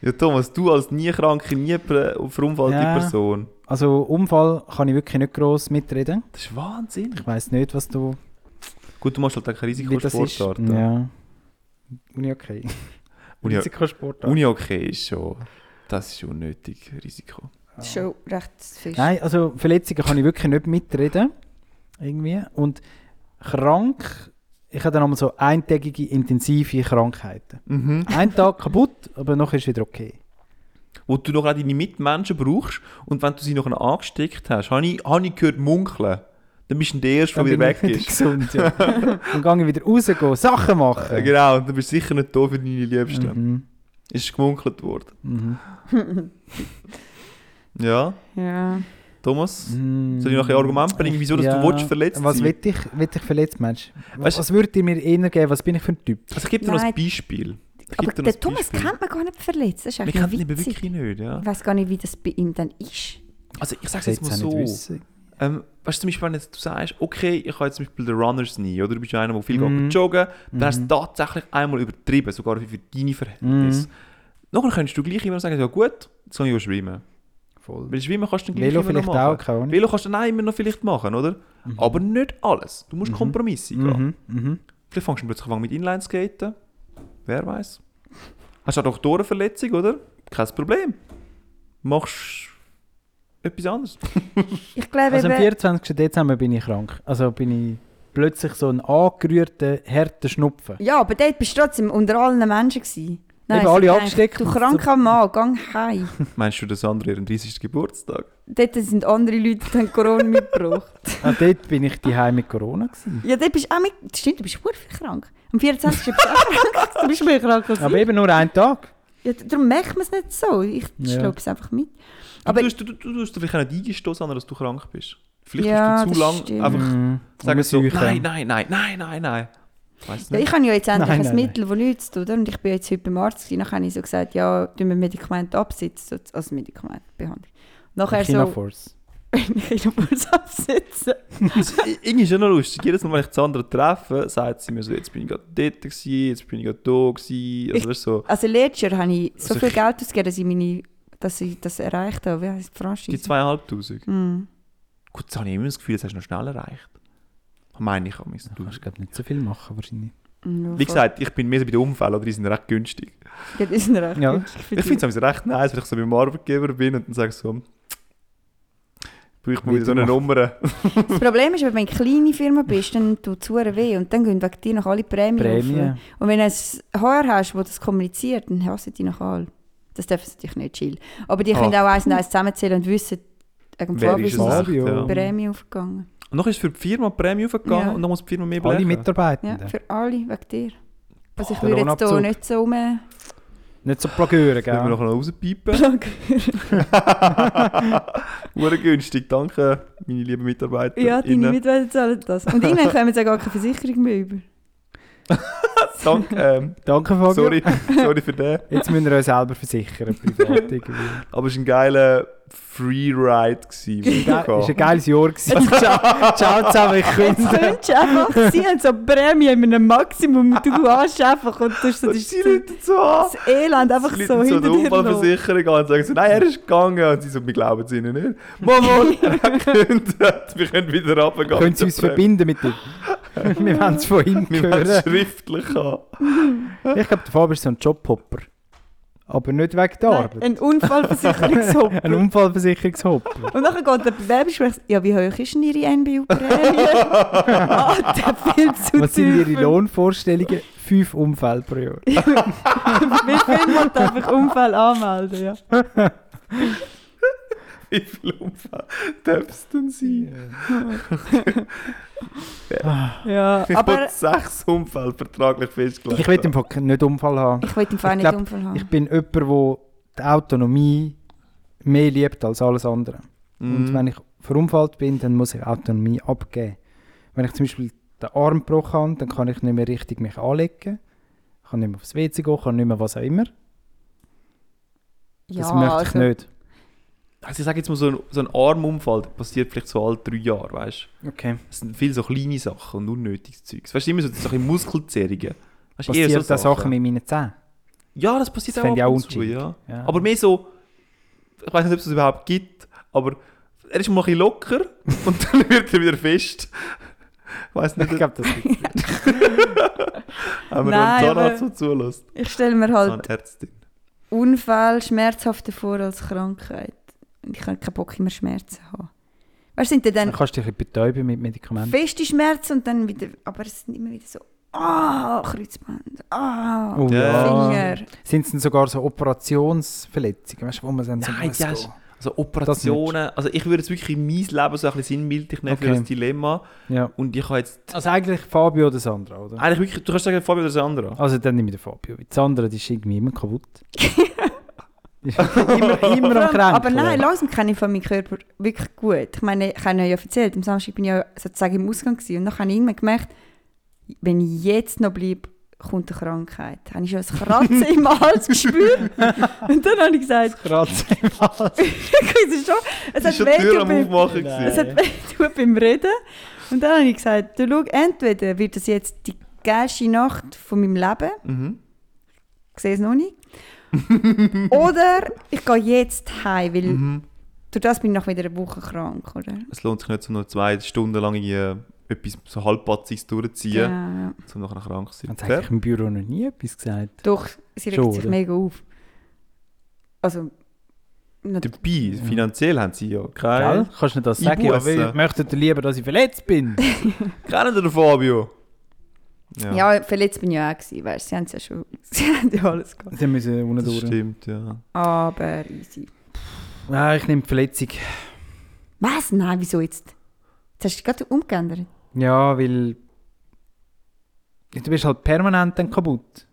Ja, Thomas, du als nie kranke, nie prä- verunfallte Ja. Person. Also Unfall kann ich wirklich nicht gross mitreden. Das ist Wahnsinn. Ich weiss nicht, was du... Gut, du machst halt auch keine wie das ist. Risikosportarten. Ja. Uni okay. Uni- Risikosportart. Uni okay ist schon, das ist unnötig Risiko. Das ist schon recht fest. Nein, also Verletzungen kann ich wirklich nicht mitreden. Irgendwie. Und krank, ich habe dann einmal so eintägige, intensive Krankheiten. Ein Tag kaputt, aber nachher ist wieder okay. Wo du noch auch deine Mitmenschen brauchst und wenn du sie noch angesteckt hast, habe ich, habe ich gehört munkeln, dann bist du der Erste, der wieder weg bin ich ist. gesund, ja. Dann gehe ich wieder rausgehen, Sachen Äh, machen. Genau, und dann bist du sicher nicht da für deine Liebsten. Mhm. Ist gemunkelt worden. Mhm. Ja, Ja. Thomas, Mhm. soll ich noch ein Argument bringen, wieso dass Ja. du willst, verletzt Was sein? will ich, will ich verletzt, Mensch? Weißt- was würdet ihr mir eher geben? Was bin ich für ein Typ? Also, ich gebe dir noch ein Nein. Beispiel. Ich gebe Aber dir noch der ein Thomas Beispiel. kennt man gar nicht verletzt. Das ist Wir eigentlich kennen ihn witzig. wirklich nicht, ja. Ich weiß gar nicht, wie das bei ihm dann ist. Also ich sage Das jetzt mal hätte ich auch so, nicht wissen. ähm, weißt du zum Beispiel, wenn jetzt du sagst, okay, ich habe jetzt zum Beispiel den Runners nie, oder du bist ja einer, der viel Mhm. geht joggen, dann hast du es tatsächlich einmal übertrieben, sogar für deine Mhm. Verhältnisse. Nachher könntest du gleich immer noch sagen, ja gut, jetzt kann ich auch schwimmen. Voll. Weil schwimmen kannst du dann gleich Velo immer noch vielleicht machen. auch, keine Ahnung. Velo kannst du dann auch immer noch vielleicht machen, oder? Aber nicht alles. Du musst Kompromisse gehen. Mhm. Mhm. Vielleicht fängst du plötzlich an mit Inlineskaten. Wer weiß. Hast du auch Doktorenverletzung, oder? Kein Problem. Machst etwas anderes. Ich glaube Also am eben, 24. Dezember bin ich krank. Also bin ich plötzlich so ein angerührter, harter Schnupfen. ja, aber dort bist du trotzdem unter allen Menschen gewesen. Nein, Eben sie alle denkt, abgesteckt. Du kranker Mann, gang heim. Meinst du, dass andere ihren 30. Geburtstag? Dort sind andere Leute, die haben Corona mitgebracht. Ah, dort bin ich daheim mit Corona. Gewesen. Ja, dort bist du auch mit... Stimmt, du bist sehr viel krank. Am 24. bist du auch krank. Du bist mehr krank als Aber ich. eben nur einen Tag. Ja, d- darum merkt man es nicht so. Ich Ja. schleppe es einfach mit. Aber Aber- du, hast- du, du, du hast dir vielleicht auch nicht eingestoßen, sondern dass du krank bist. Vielleicht Ja, hast du das zu lang stimmt. einfach Mhm. sagen so, Umseuchen. nein, nein, nein, nein, nein, nein. Weißt du Ja, nicht? ich habe ja jetzt endlich Nein, ein nein, Mittel, das nichts tut. oder? Und ich bin jetzt heute beim Arzt. gewesen. Dann habe ich so gesagt, ja, tun wir Medikament absetzen. so- Also Medikamentbehandlung. Nachher so, Chinaforce. wenn ich Kinopuls absetzen. Irgendwie ist ja noch lustig. Jedes Mal, wenn ich die andere treffe, sagt sie mir so, jetzt bin ich gerade dort, gewesen, jetzt bin ich gerade da. Gewesen. Also, weißt du, so, Also letztes Jahr habe ich so Also viel ich- Geld ausgegeben, dass ich, meine, dass ich das erreicht habe. Wie heisst die die Franchise? zweieinhalbtausend. Mm. Gut, jetzt habe ich immer das Gefühl, das hast du noch schnell erreicht. Meine ich auch. Du kannst glaub, nicht so viel machen wahrscheinlich. Ja, Wie voll. gesagt, ich bin mehr so bei den Unfällen, oder die sind recht günstig. Ja, das ist recht Ja. günstig für Ich dich. finde es recht nice, wenn ich so beim Arbeitgeber bin und dann sage ich so, braucht man Wie wieder so du eine Nummer. Das Problem ist, wenn du eine kleine Firma bist, dann tut es verdammt weh und dann gehen wegen dir noch alle Prämien Prämie. rauf. Und wenn du ein HR hast, das das kommuniziert, dann hassen die noch alle. Das dürfen sie dich nicht chill. Aber die Ah. können auch eins und eins zusammenzählen und wissen, wegen Wer Fabio ist ist es? die echt, Fabio. ja. Prämie aufgegangen. Und dann ist für die Firma die Prämie aufgegangen Ja. und dann muss die Firma mehr Alle blechen. Ja, Mitarbeitenden. für alle, wegen dir. Also ich der würde jetzt hier Lohnabzug. nicht so rum... Nicht so Plagören, Können wir gell? noch rauspiepen? Hure günstig, danke, meine lieben Mitarbeiter. ja, deine Mitarbeiter zahlen das. Und ihnen kommen sie ja gar keine Versicherung mehr über. Danke, ähm, Danke, Fabio. sorry, sorry für den. Jetzt müssen wir uns selber versichern, privat irgendwie. Aber es war ein geiler Freeride. Gewesen, den ich Ge- hatte. Ist ein geiles Jahr gewesen. ciao, ciao zusammen, ich Jetzt kündige. könntest du einfach sie haben so Prämie mit einem Maximum und du hast einfach und tust so Und das, die Leute so an. das Elend einfach Die Leute so so hinter der dir lassen. Unfallversicherung an und sagen so, nein, er ist gegangen. Und sie so, wir glauben es ihnen nicht. Mama, er hat gekündigt, wir können wieder runtergehen. Können Sie uns verbinden mit dir? wir wollen es von ihm Wir haben es hören. schriftlich an. Ich glaube, der Fabio ist so ein Jobhopper. Aber nicht wegen der Nein, Arbeit. Ein Unfallversicherungshopp. Ein Unfallversicherungshopper. Und dann geht der Bewerbungsgespräch, ja, wie hoch ist denn Ihre NBU-Prämie? ah, der viel zu Was sind tief. Ihre Lohnvorstellungen? Fünf Unfälle pro Jahr. Wie viel muss man einfach Unfall anmelden? Ja. Wie viel Unfall darf es denn sein? ja Ich aber habe sechs Unfälle vertraglich festgelegt. Ich will im Fall nicht Unfall haben. ich will im Fall Ich nicht glaub, Unfall Ich haben. bin jemand, der die Autonomie mehr liebt als alles andere. Mhm. Und wenn ich verunfallt bin, dann muss ich Autonomie abgeben. Wenn ich zum Beispiel den Arm gebrochen habe, dann kann ich nicht mehr richtig mich anlegen. Ich kann nicht mehr aufs WC gehen, kann nicht mehr was auch immer. das möchte ich also, nicht. Also ich sage jetzt mal, so ein, so ein Armunfall der passiert vielleicht so alle drei Jahre, weißt du? Okay. Es sind viele so kleine Sachen und unnötiges Zeugs. Weißt du, immer so, so ein bisschen Muskelzerrungen. Weißt, du, eher Passiert eh so so Sachen. Sachen mit meinen Zähnen? Ja, das passiert Das auch fände ich ab auch und zu, ungeschickt. ja. Ja. Aber mehr so, ich weiß nicht, ob es das überhaupt gibt, aber er ist mal ein bisschen locker und dann wird er wieder fest. Ich weiß nicht, ich glaube, das gibt's. haben wir Nein, noch einen Zahnarzt, aber- der zulässt. ich stelle mir halt Zahnärztin. Unfall schmerzhafter vor als Krankheit. Und ich habe keinen Bock, immer Schmerzen zu haben. Weißt du, sind denn Dann dann kannst du dich ein bisschen betäuben mit Medikamenten. feste Schmerzen und dann wieder, aber es sind immer wieder so, ah, Kreuzband, ah, Oh Ja. Finger. Sind es denn sogar so Operationsverletzungen, weißt du, wo man dann so Nein, muss das gehen? ist- Also Operationen, also ich würde jetzt wirklich mein Leben so ein bisschen sinnbildlich nehmen für Okay. das Dilemma. Ja. Und ich habe jetzt Also eigentlich Fabio oder Sandra, oder? eigentlich wirklich, du kannst sagen Fabio oder Sandra. Also dann nehme ich den Fabio. Die Sandra, die ist irgendwie immer kaputt. immer, immer am Vor allem- Krempeln. aber nein, langsam kenne ich von meinem Körper wirklich gut. Ich meine, ich habe euch ja erzählt, am Samstag bin ich ja sozusagen im Ausgang gewesen. und dann habe ich irgendwann gemerkt, wenn ich jetzt noch bleibe, kommt eine Krankheit. Habe ich schon ein Kratzen im Hals gespürt und dann habe ich gesagt, Kratze im Hals. ich weiß es schon, es Das hat ist schon die Tür weh, am beim- Aufmachen Nein. gewesen. es hat weh beim Reden und dann habe ich gesagt, du schau, entweder wird das jetzt die geilste Nacht von meinem Leben Mhm. ich sehe es noch nicht. oder ich gehe jetzt heim, weil durch das bin ich noch wieder eine Woche krank, oder? Es lohnt sich nicht, so nur zwei Stunden lang irgendwie etwas so halbpatziges durchzuziehen, Genau, ja. um nachher krank zu sein. Hat eigentlich im Büro noch nie etwas gesagt. Doch, sie regt Schon, sich oder? mega auf. Also, na, Dabei, finanziell haben sie Ah, ja keine. Gell? Kannst du nicht das sagen? Ja, Einbussen. weil- möchtet ihr lieber, dass ich verletzt bin? Kennen den Fabio? Ja, verletzt bin ich ja auch gewesen, weißt, sie haben es ja schon, sie haben ja alles gehabt. Sie müssen unten das durch. stimmt, ja. Aber easy. Ah, ich nehme die Verletzung. Was? Nein, wieso jetzt? Jetzt hast du dich gerade umgeändert. Ja, weil. Du bist halt permanent dann kaputt.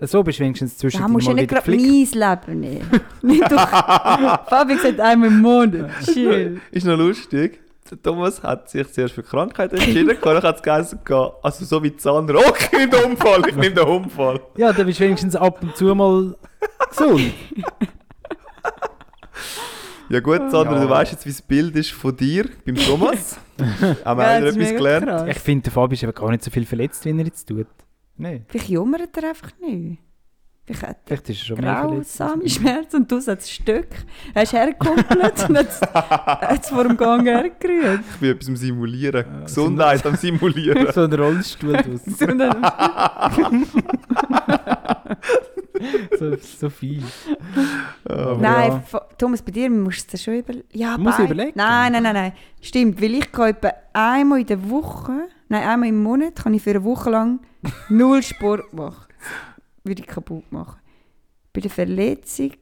So bist du wenigstens zwischen Da musst du ja mal nicht wieder gerade mein geflickt. Leben nehmen. nicht durch. Fabi sagt einmal im Monat. Chill. Ist noch lustig. Der Thomas hat sich zuerst für Krankheit entschieden, dann hat es geheißen, gehen. also so wie Zander, okay, der Unfall, ich nehme den Unfall. Ja, dann bist du wenigstens ab und zu mal gesund. Ja gut, Ah. Zander, Ja. du weißt jetzt, wie das Bild ist von dir beim Thomas. Haben wir Ja, auch das ist etwas mega gelernt? krass. Ich finde, der Fabi ist aber gar nicht so viel verletzt, wie er jetzt tut. Nein. Vielleicht jammert er einfach nicht. Vielleicht hat er Vielleicht ist er schon mehr verletzt. als grausame ich. Schmerzen und du sagst Stück. Er ist hergekumpelt und hat es vor dem Gang hergerührt. Ich bin etwas am Simulieren. Gesundheit am Simulieren. so ein Rollstuhl draus. So, und dann- so, so viel. Aber Nein, ja. fa- Thomas, bei dir musst du es schon überlegen. Ja, Muss ich bei- überlegen? Nein, nein, nein, nein. Stimmt, weil ich kann etwa einmal in der Woche, nein, einmal im Monat, kann ich für eine Woche lang null Sport machen. Das Würde ich kaputt machen. Bei der Verletzung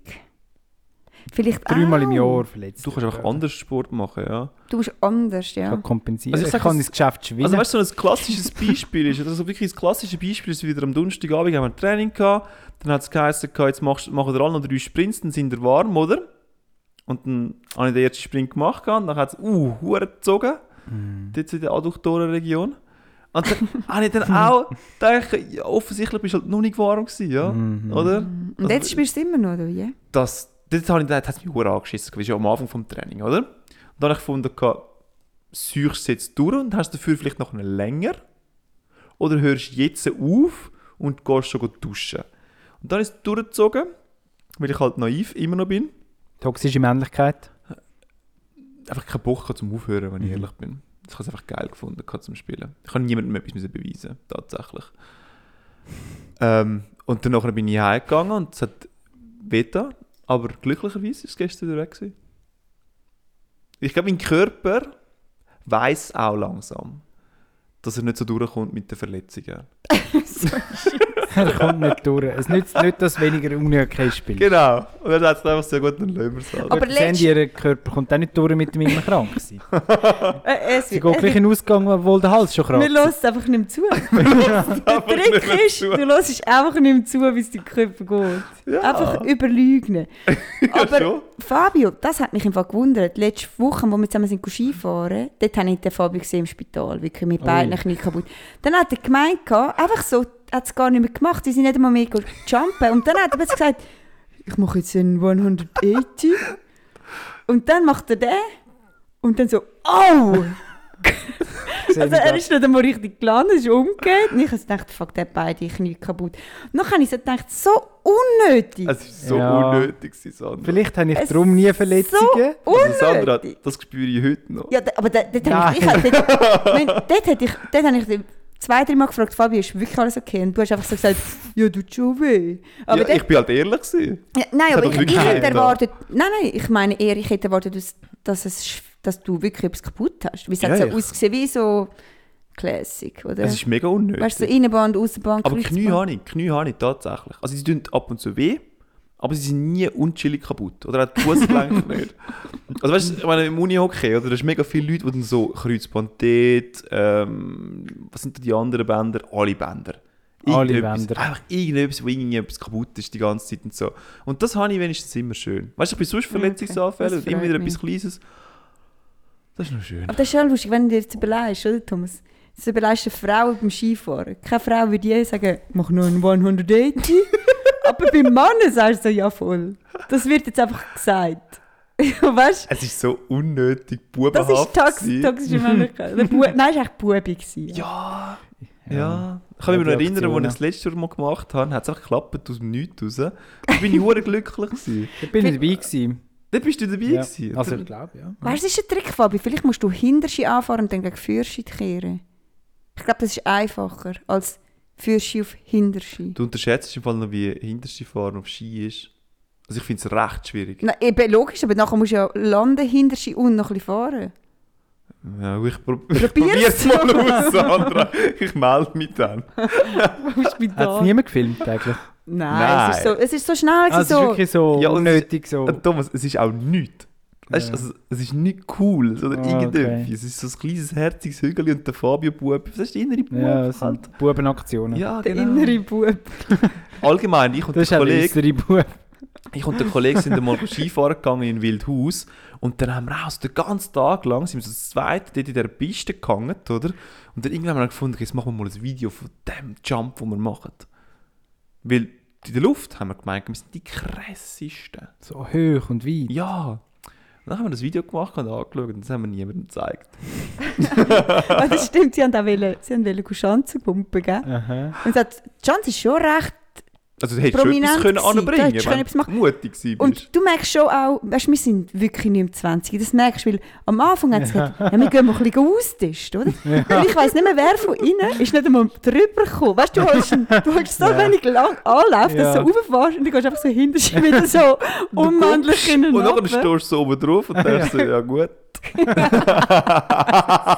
vielleicht Dreimal im auch. Jahr verletzt. Du kannst einfach anders Sport machen, ja. Du bist anders, ja. kann kompensieren. Also Also ich ich, sag, kann das- ins Geschäft schwimmen. Also weißt du, so ein klassisches Beispiel ist, also wirklich das klassische Beispiel ist wieder am Donnerstagabend haben wir ein Training gehabt, dann hat es geheißen, okay, jetzt machst, machen wir alle noch drei Sprints, dann sind wir warm, oder? Und dann habe ich den ersten Sprint gemacht gehabt, und dann hat es uh, hure gezogen, dort in der Adduktorenregion. Und dann habe ich dann auch gedacht, ja, offensichtlich bist du halt noch nicht warm gewesen, ja? Oder? Und jetzt spielst du immer noch, du, ja? das, dort habe ich gedacht, hat mich hure angeschissen, das ist ja am Anfang vom Training, oder? Und dann habe ich gefunden, okay, säuchst du jetzt durch und hast dafür vielleicht noch eine länger? Oder hörst jetzt auf und gehst schon gut duschen? Und dann ist es durchgezogen, weil ich halt naiv immer noch bin. Toxische Männlichkeit. Einfach keinen Bock gehabt zum Aufhören, wenn ich ehrlich bin. Ich habe es einfach geil gefunden gehabt zum Spielen. Ich habe niemandem etwas müssen beweisen, tatsächlich. Ähm, und danach bin ich heimgegangen und es hat wehgetan, aber glücklicherweise ist es gestern wieder weg. Gewesen. Ich glaube, mein Körper weiß auch langsam, dass er nicht so durchkommt mit den Verletzungen. er kommt nicht durch. Es nützt nicht, dass weniger Unihockey spielt. Genau. Und dann hat es einfach so gut, dann lassen wir es halt. Aber Aber letzt- Ihr Körper kommt auch nicht durch mit dem immer krank sein. Äh, es Sie geht gleich in den Ausgang, obwohl der Hals schon krank Wir ist. hören einfach nicht mehr zu. Der Trick ist, zu. du hörst einfach nicht mehr zu, wie es dir Körper geht. Ja. Einfach überlügen. Aber schon. Fabio, das hat mich im Fall gewundert. Letzte Woche, wo wir zusammen sind Skifahren, dort habe ich den Fabio gesehen im Spital, wirklich mit beiden Ui. Knien kaputt. Dann hat er gemeint, gehabt, einfach so, hat es gar nicht mehr gemacht, sie sind nicht einmal mehr jumpen. Und dann hat er plötzlich gesagt, ich mache jetzt einen 180. Und dann macht er den und dann so, oh! Also er ist nicht einmal richtig gelandet, ist umgekehrt. Und ich habe gedacht, fuck, der hat beide Knie kaputt. Und dann habe ich so gedacht, so unnötig. Es ist so Ja. unnötig, Sandra. Vielleicht habe ich Es darum nie ist Verletzungen. So Also, Sandra, unnötig. das spüre ich heute noch. Ja, da, aber da, dort habe ich, ich Nein. habe, dort, mein, dort hätte ich, dort habe ich zwei, drei Mal gefragt, Fabio, ist wirklich alles okay? Und du hast einfach so gesagt, ja, tut schon weh. Aber ja, dort, ich bin halt ehrlich gewesen. ja, nein, hat aber doch ich, wirklich ich hätte keiner. erwartet, nein, nein, ich meine eher, ich hätte erwartet, dass, dass, es, sch- dass du wirklich etwas kaputt hast. Weil es hat Ja, so ich- ausgesehen wie so Classic, oder? Es ist mega unnötig. Weißt du, so Innenband, Außenband, aber Knie Kreuzband. habe ich, Knie habe ich tatsächlich. Also sie tun ab und zu weh, aber sie sind nie unchillig kaputt. Oder auch die Fußgelenke nicht. Also weißt du, ich meine, im Unihockey, oder? Da sind mega viele Leute, die dann so Kreuzband dort, ähm, was sind da die anderen Bänder? Alle Bänder. Alle Irgendetwas- Bänder. Einfach irgendetwas, wo irgendetwas kaputt ist die ganze Zeit und so. Und das habe ich wenigstens immer schön. Weißt du, ich bin sonst Verletzungsanfällen Das und immer wieder freut mich. etwas Kleines. Das ist noch schön. Aber das ist schon lustig, wenn du dir jetzt überlegst, oder Thomas? Das überlegst du Frauen beim Skifahren. Keine Frau würde je sagen, mach nur einen 180. Aber beim Mann sagst du so, ja voll. Das wird jetzt einfach gesagt. weißt du, Es ist so das unnötig ist bubenhaft. tox- gewesen. toxische Männlichkeit. Der Bu- Nein, das war echt Bubi. gewesen. Ja. Ja. Ich kann mich noch Ja, die erinnern, als ich Aktionen. das letzte Mal gemacht habe, hat es einfach geklappt aus dem Nichts raus. Da bin ich hure glücklich gewesen. Ich bin dabei gewesen. Dort bist du dabei Ja. gewesen. Also ich glaube, ja. Weißt du, das ist ein Trick, Fabi. Vielleicht musst du Hinterschi anfahren und dann gegen Fürschi kehren. Ich glaube, das ist einfacher als Fürschi auf Hinterschi. du unterschätzt im Fall noch, wie hinterste Fahren auf Ski ist. Also ich finde es recht schwierig. Nein, eben logisch, aber nachher musst du ja landen, Hinterschi und noch ein bisschen fahren. Ja, ich prob Probier's. probier's mal aus, Sandra. Ich melde mich dann. Wo ist mein Hat es Nein, niemand gefilmt eigentlich? Es, ist so, es ist so schnell. Ah, es ist Also so. wirklich so Ja, und- unnötig so. Und Äh, Thomas, es ist auch nichts. Weißt, Oh. Ja. du, also, es ist nicht cool oder Ah, irgendetwas. okay. Es ist so ein kleines, herziges Hügel und der Fabio-Bub. Das ist der innere Bub Ja, das halt. sind Bubenaktionen. Ja, der genau. innere Bub. Allgemein, ich und, Das der ist ein Kollege, äußere Bub. ich und der Kollege sind einmal Skifahren gegangen in Wildhaus und dann haben wir auch so den ganzen Tag lang, sind wir so zu zweit dort in dieser Piste gegangen, oder? Und dann irgendwann haben wir dann gefunden, jetzt machen wir mal ein Video von dem Jump, den wir machen. Weil in der Luft haben wir gemeint, wir sind die krassesten. So hoch und weit. Ja. Und dann haben wir das Video gemacht und angeschaut und das haben wir niemandem gezeigt. Ah, das stimmt, sie haben auch wollen, sie haben wollen Schanzen pumpen, gell? Aha. Und sagt, die Chance ist schon recht. Also du hättest schon Prominent etwas können gewesen. anbringen Du können, hättest können wenn etwas machen- du mutig gewesen bist. Und du merkst schon auch, weißt, wir sind wirklich nicht im 20. Das merkst du, weil am Anfang hat es gesagt, ja, wir gehen mal ein bisschen austesten, oder? Und ich weiss nicht mehr, wer von ihnen ist nicht einmal drüber gekommen. Weißt du, du holst, du holst so wenig lang Anlauf, dass Ja. du so rauffährst und du gehst einfach so hinter sie wieder so unmännlich und hintereinander. dann stehst du so oben drauf und denkst so, ja gut.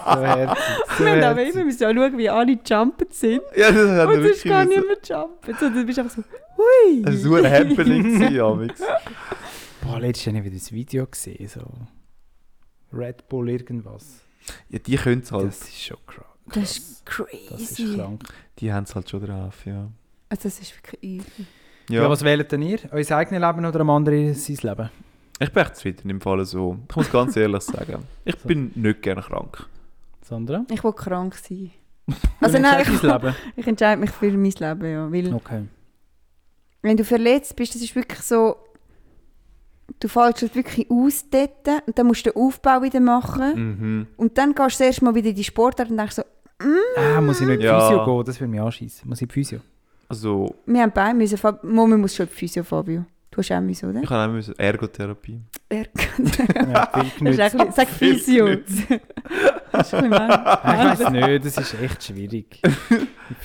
So herzig. So Wir haben aber herzig. immer müssen auch schauen, wie alle jumpen sind. Ja, das hat Und er sonst wirklich gar müssen. niemand jumpen. So, du bist einfach so, hui. Das war ein Happening, gewesen, Amix. Boah, letztes Jahr habe ich wieder das Video gesehen. So. Red Bull irgendwas. Ja, die können es halt. Das ist schon krass. Das ist Das ist crazy. krank. Die haben es halt schon drauf, ja. Also das ist wirklich übel. Ja. Ja, was wählt denn ihr? Euer eigenes Leben oder am anderen sein Leben? ich bin echt zufrieden im Fall so. Ich muss ganz ehrlich sagen. Ich So. bin nicht gerne krank. Sandra? Ich will krank sein. Du Also nein, entscheidest ich, dein Leben. ich entscheide mich für mein Leben, ja. Weil Okay. wenn du verletzt bist, das ist wirklich so, du fällst halt wirklich aus dort und dann musst du den Aufbau wieder machen. Mhm. Und dann gehst du das erste Mal wieder in die Sportart und denkst so, "Mm, Ah, muss ich nicht in die Ja. Physio gehen? Das würde mich anschießen. Muss ich in die Physio? Also, wir haben beide müssen, Fab- Mo, man muss schon in die Physio, Fabio. Du hast auch müssen, oder? ich habe auch müssen. Ergotherapie. Ja. Ja, viel genützt. Hast du auch ein bisschen- Sag Viel Physio. genützt. Hast du ein bisschen mehr? Ah, Ich weiß nicht, das ist echt schwierig.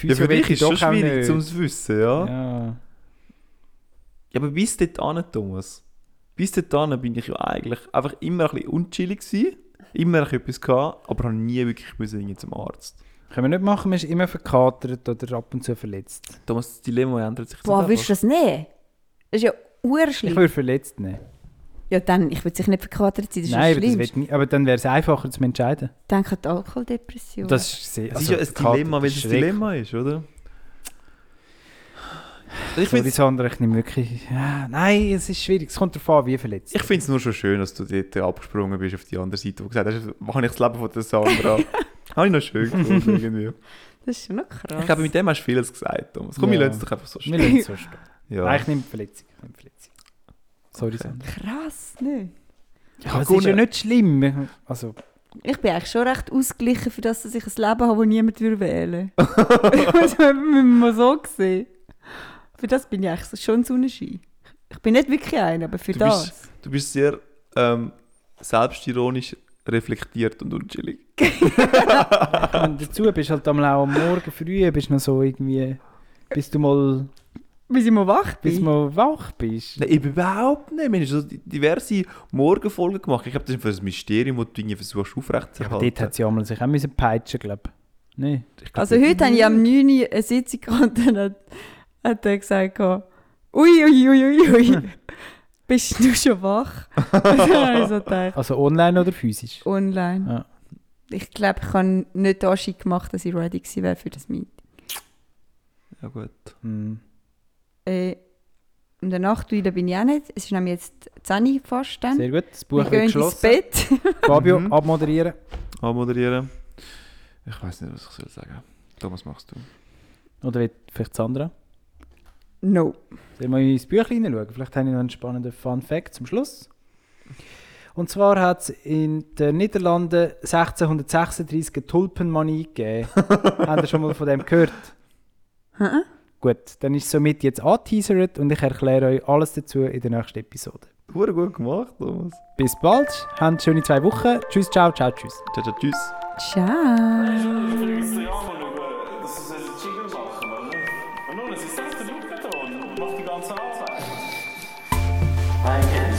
Die Ja, für will dich ich ist es schon doch auch schwierig, nicht. um es wissen, ja. Ja. Ja, aber bis dorthin, Thomas. Bis dorthin bin ich ja eigentlich einfach immer ein bisschen unchillig gewesen. Immer ein bisschen etwas gehabt, aber habe nie wirklich müssen irgendwie zum Arzt. Können wir nicht machen, man ist immer verkatert oder ab und zu verletzt. Thomas, das Dilemma ändert sich jetzt Boah, einfach. willst du das nehmen? Das ist ja Ich urschlimm. würde verletzt nehmen. Ja, dann, ich würde sich nicht verkatert sein, das ist Nein, Nein, aber, das schlimm. wird nicht, aber dann wäre es einfacher zu entscheiden. Denk an die Alkoholdepression. Das ist sehr, also Es ist ja ein Dilemma, weil es ein Dilemma ist, oder? Ich Sorry, finde Sandra, ich nehme wirklich... Ja, nein, es ist schwierig. Es kommt darauf an, wie verletzt. ich find's nur schon schön, dass du dort abgesprungen bist auf die andere Seite, wo du gesagt hast, mache ich das Leben von der Sandra. habe ich noch schön gefunden irgendwie. Das ist schon noch krass. Ich glaube, mit dem hast du vieles gesagt, Thomas. Komm, wir Ja. lassen es doch einfach so Wir stehen. lassen es so stehen. Ja. Nein, ich nehme die Verletzung. Ich nehme die Verletzung. Sorry, Okay. Sandra. krass, ne? Ja, es ist ja nicht schlimm. Also, Ich bin eigentlich schon recht ausgeglichen für das, dass ich ein Leben habe, das niemand würde wählen würde. das müssen wir so sehen. Für das bin ich eigentlich so- schon ein Sonnenschein. Ich bin nicht wirklich einer, aber für Du das. bist- Du bist sehr ähm, selbstironisch reflektiert und unchillig. und dazu bist du halt einmal auch am Morgen früh, bist noch so irgendwie... Bis du mal, Bis ich mal wach bis du bin. mal wach bist. Nein, überhaupt nicht. Wir haben schon diverse Morgenfolgen gemacht. Ich glaube, das ist einfach ein Mysterium, das du irgendwie versuchst Aber aufrechtzuerhalten. dort hat sie einmal sich auch müssen peitschen, glaube ich. Nein. Also heute habe ich am 9. Uhr eine Sitzung gehabt und dann hat, hat er gesagt, gehabt, ui, ui, ui, ui, ui. bist du schon wach? und dann habe ich so gedacht, Also online oder physisch? online. Ja. Ich glaube, ich habe nicht den Anschein gemacht, dass ich ready gewesen wäre für das Meeting. ja, gut. Hm. Äh, um den Nacht wieder bin ich auch nicht. Es ist nämlich jetzt 10 Uhr fast dann. Hm. Sehr gut, das wir Buch wird gehen ins geschlossen. Bett. Fabio, Mhm. abmoderieren. Anmoderieren. Ich weiß nicht, was ich soll sagen Thomas, machst du. Oder will vielleicht Sandra? No. Sollen wir ins Büchlein hineinschauen? Vielleicht habe ich noch einen spannenden Fun Fact zum Schluss. Und zwar hat es in den Niederlanden 1636 eine Tulpenmanie gegeben. Habt ihr schon mal von dem gehört? Hä? Gut, dann ist somit jetzt angeteasert und ich erkläre euch alles dazu in der nächsten Episode. Hure gut gemacht, Thomas. Bis bald, habt schöne zwei Wochen. Tschüss, ciao, ciao, tschüss. Ciao, ciao, tschüss. Ciao. Übrigens, ja, mal schauen, dass es einen Jingle machen, oder? Und nun, es ist selbst der Luftbeton und macht die ganze Arbeit. I can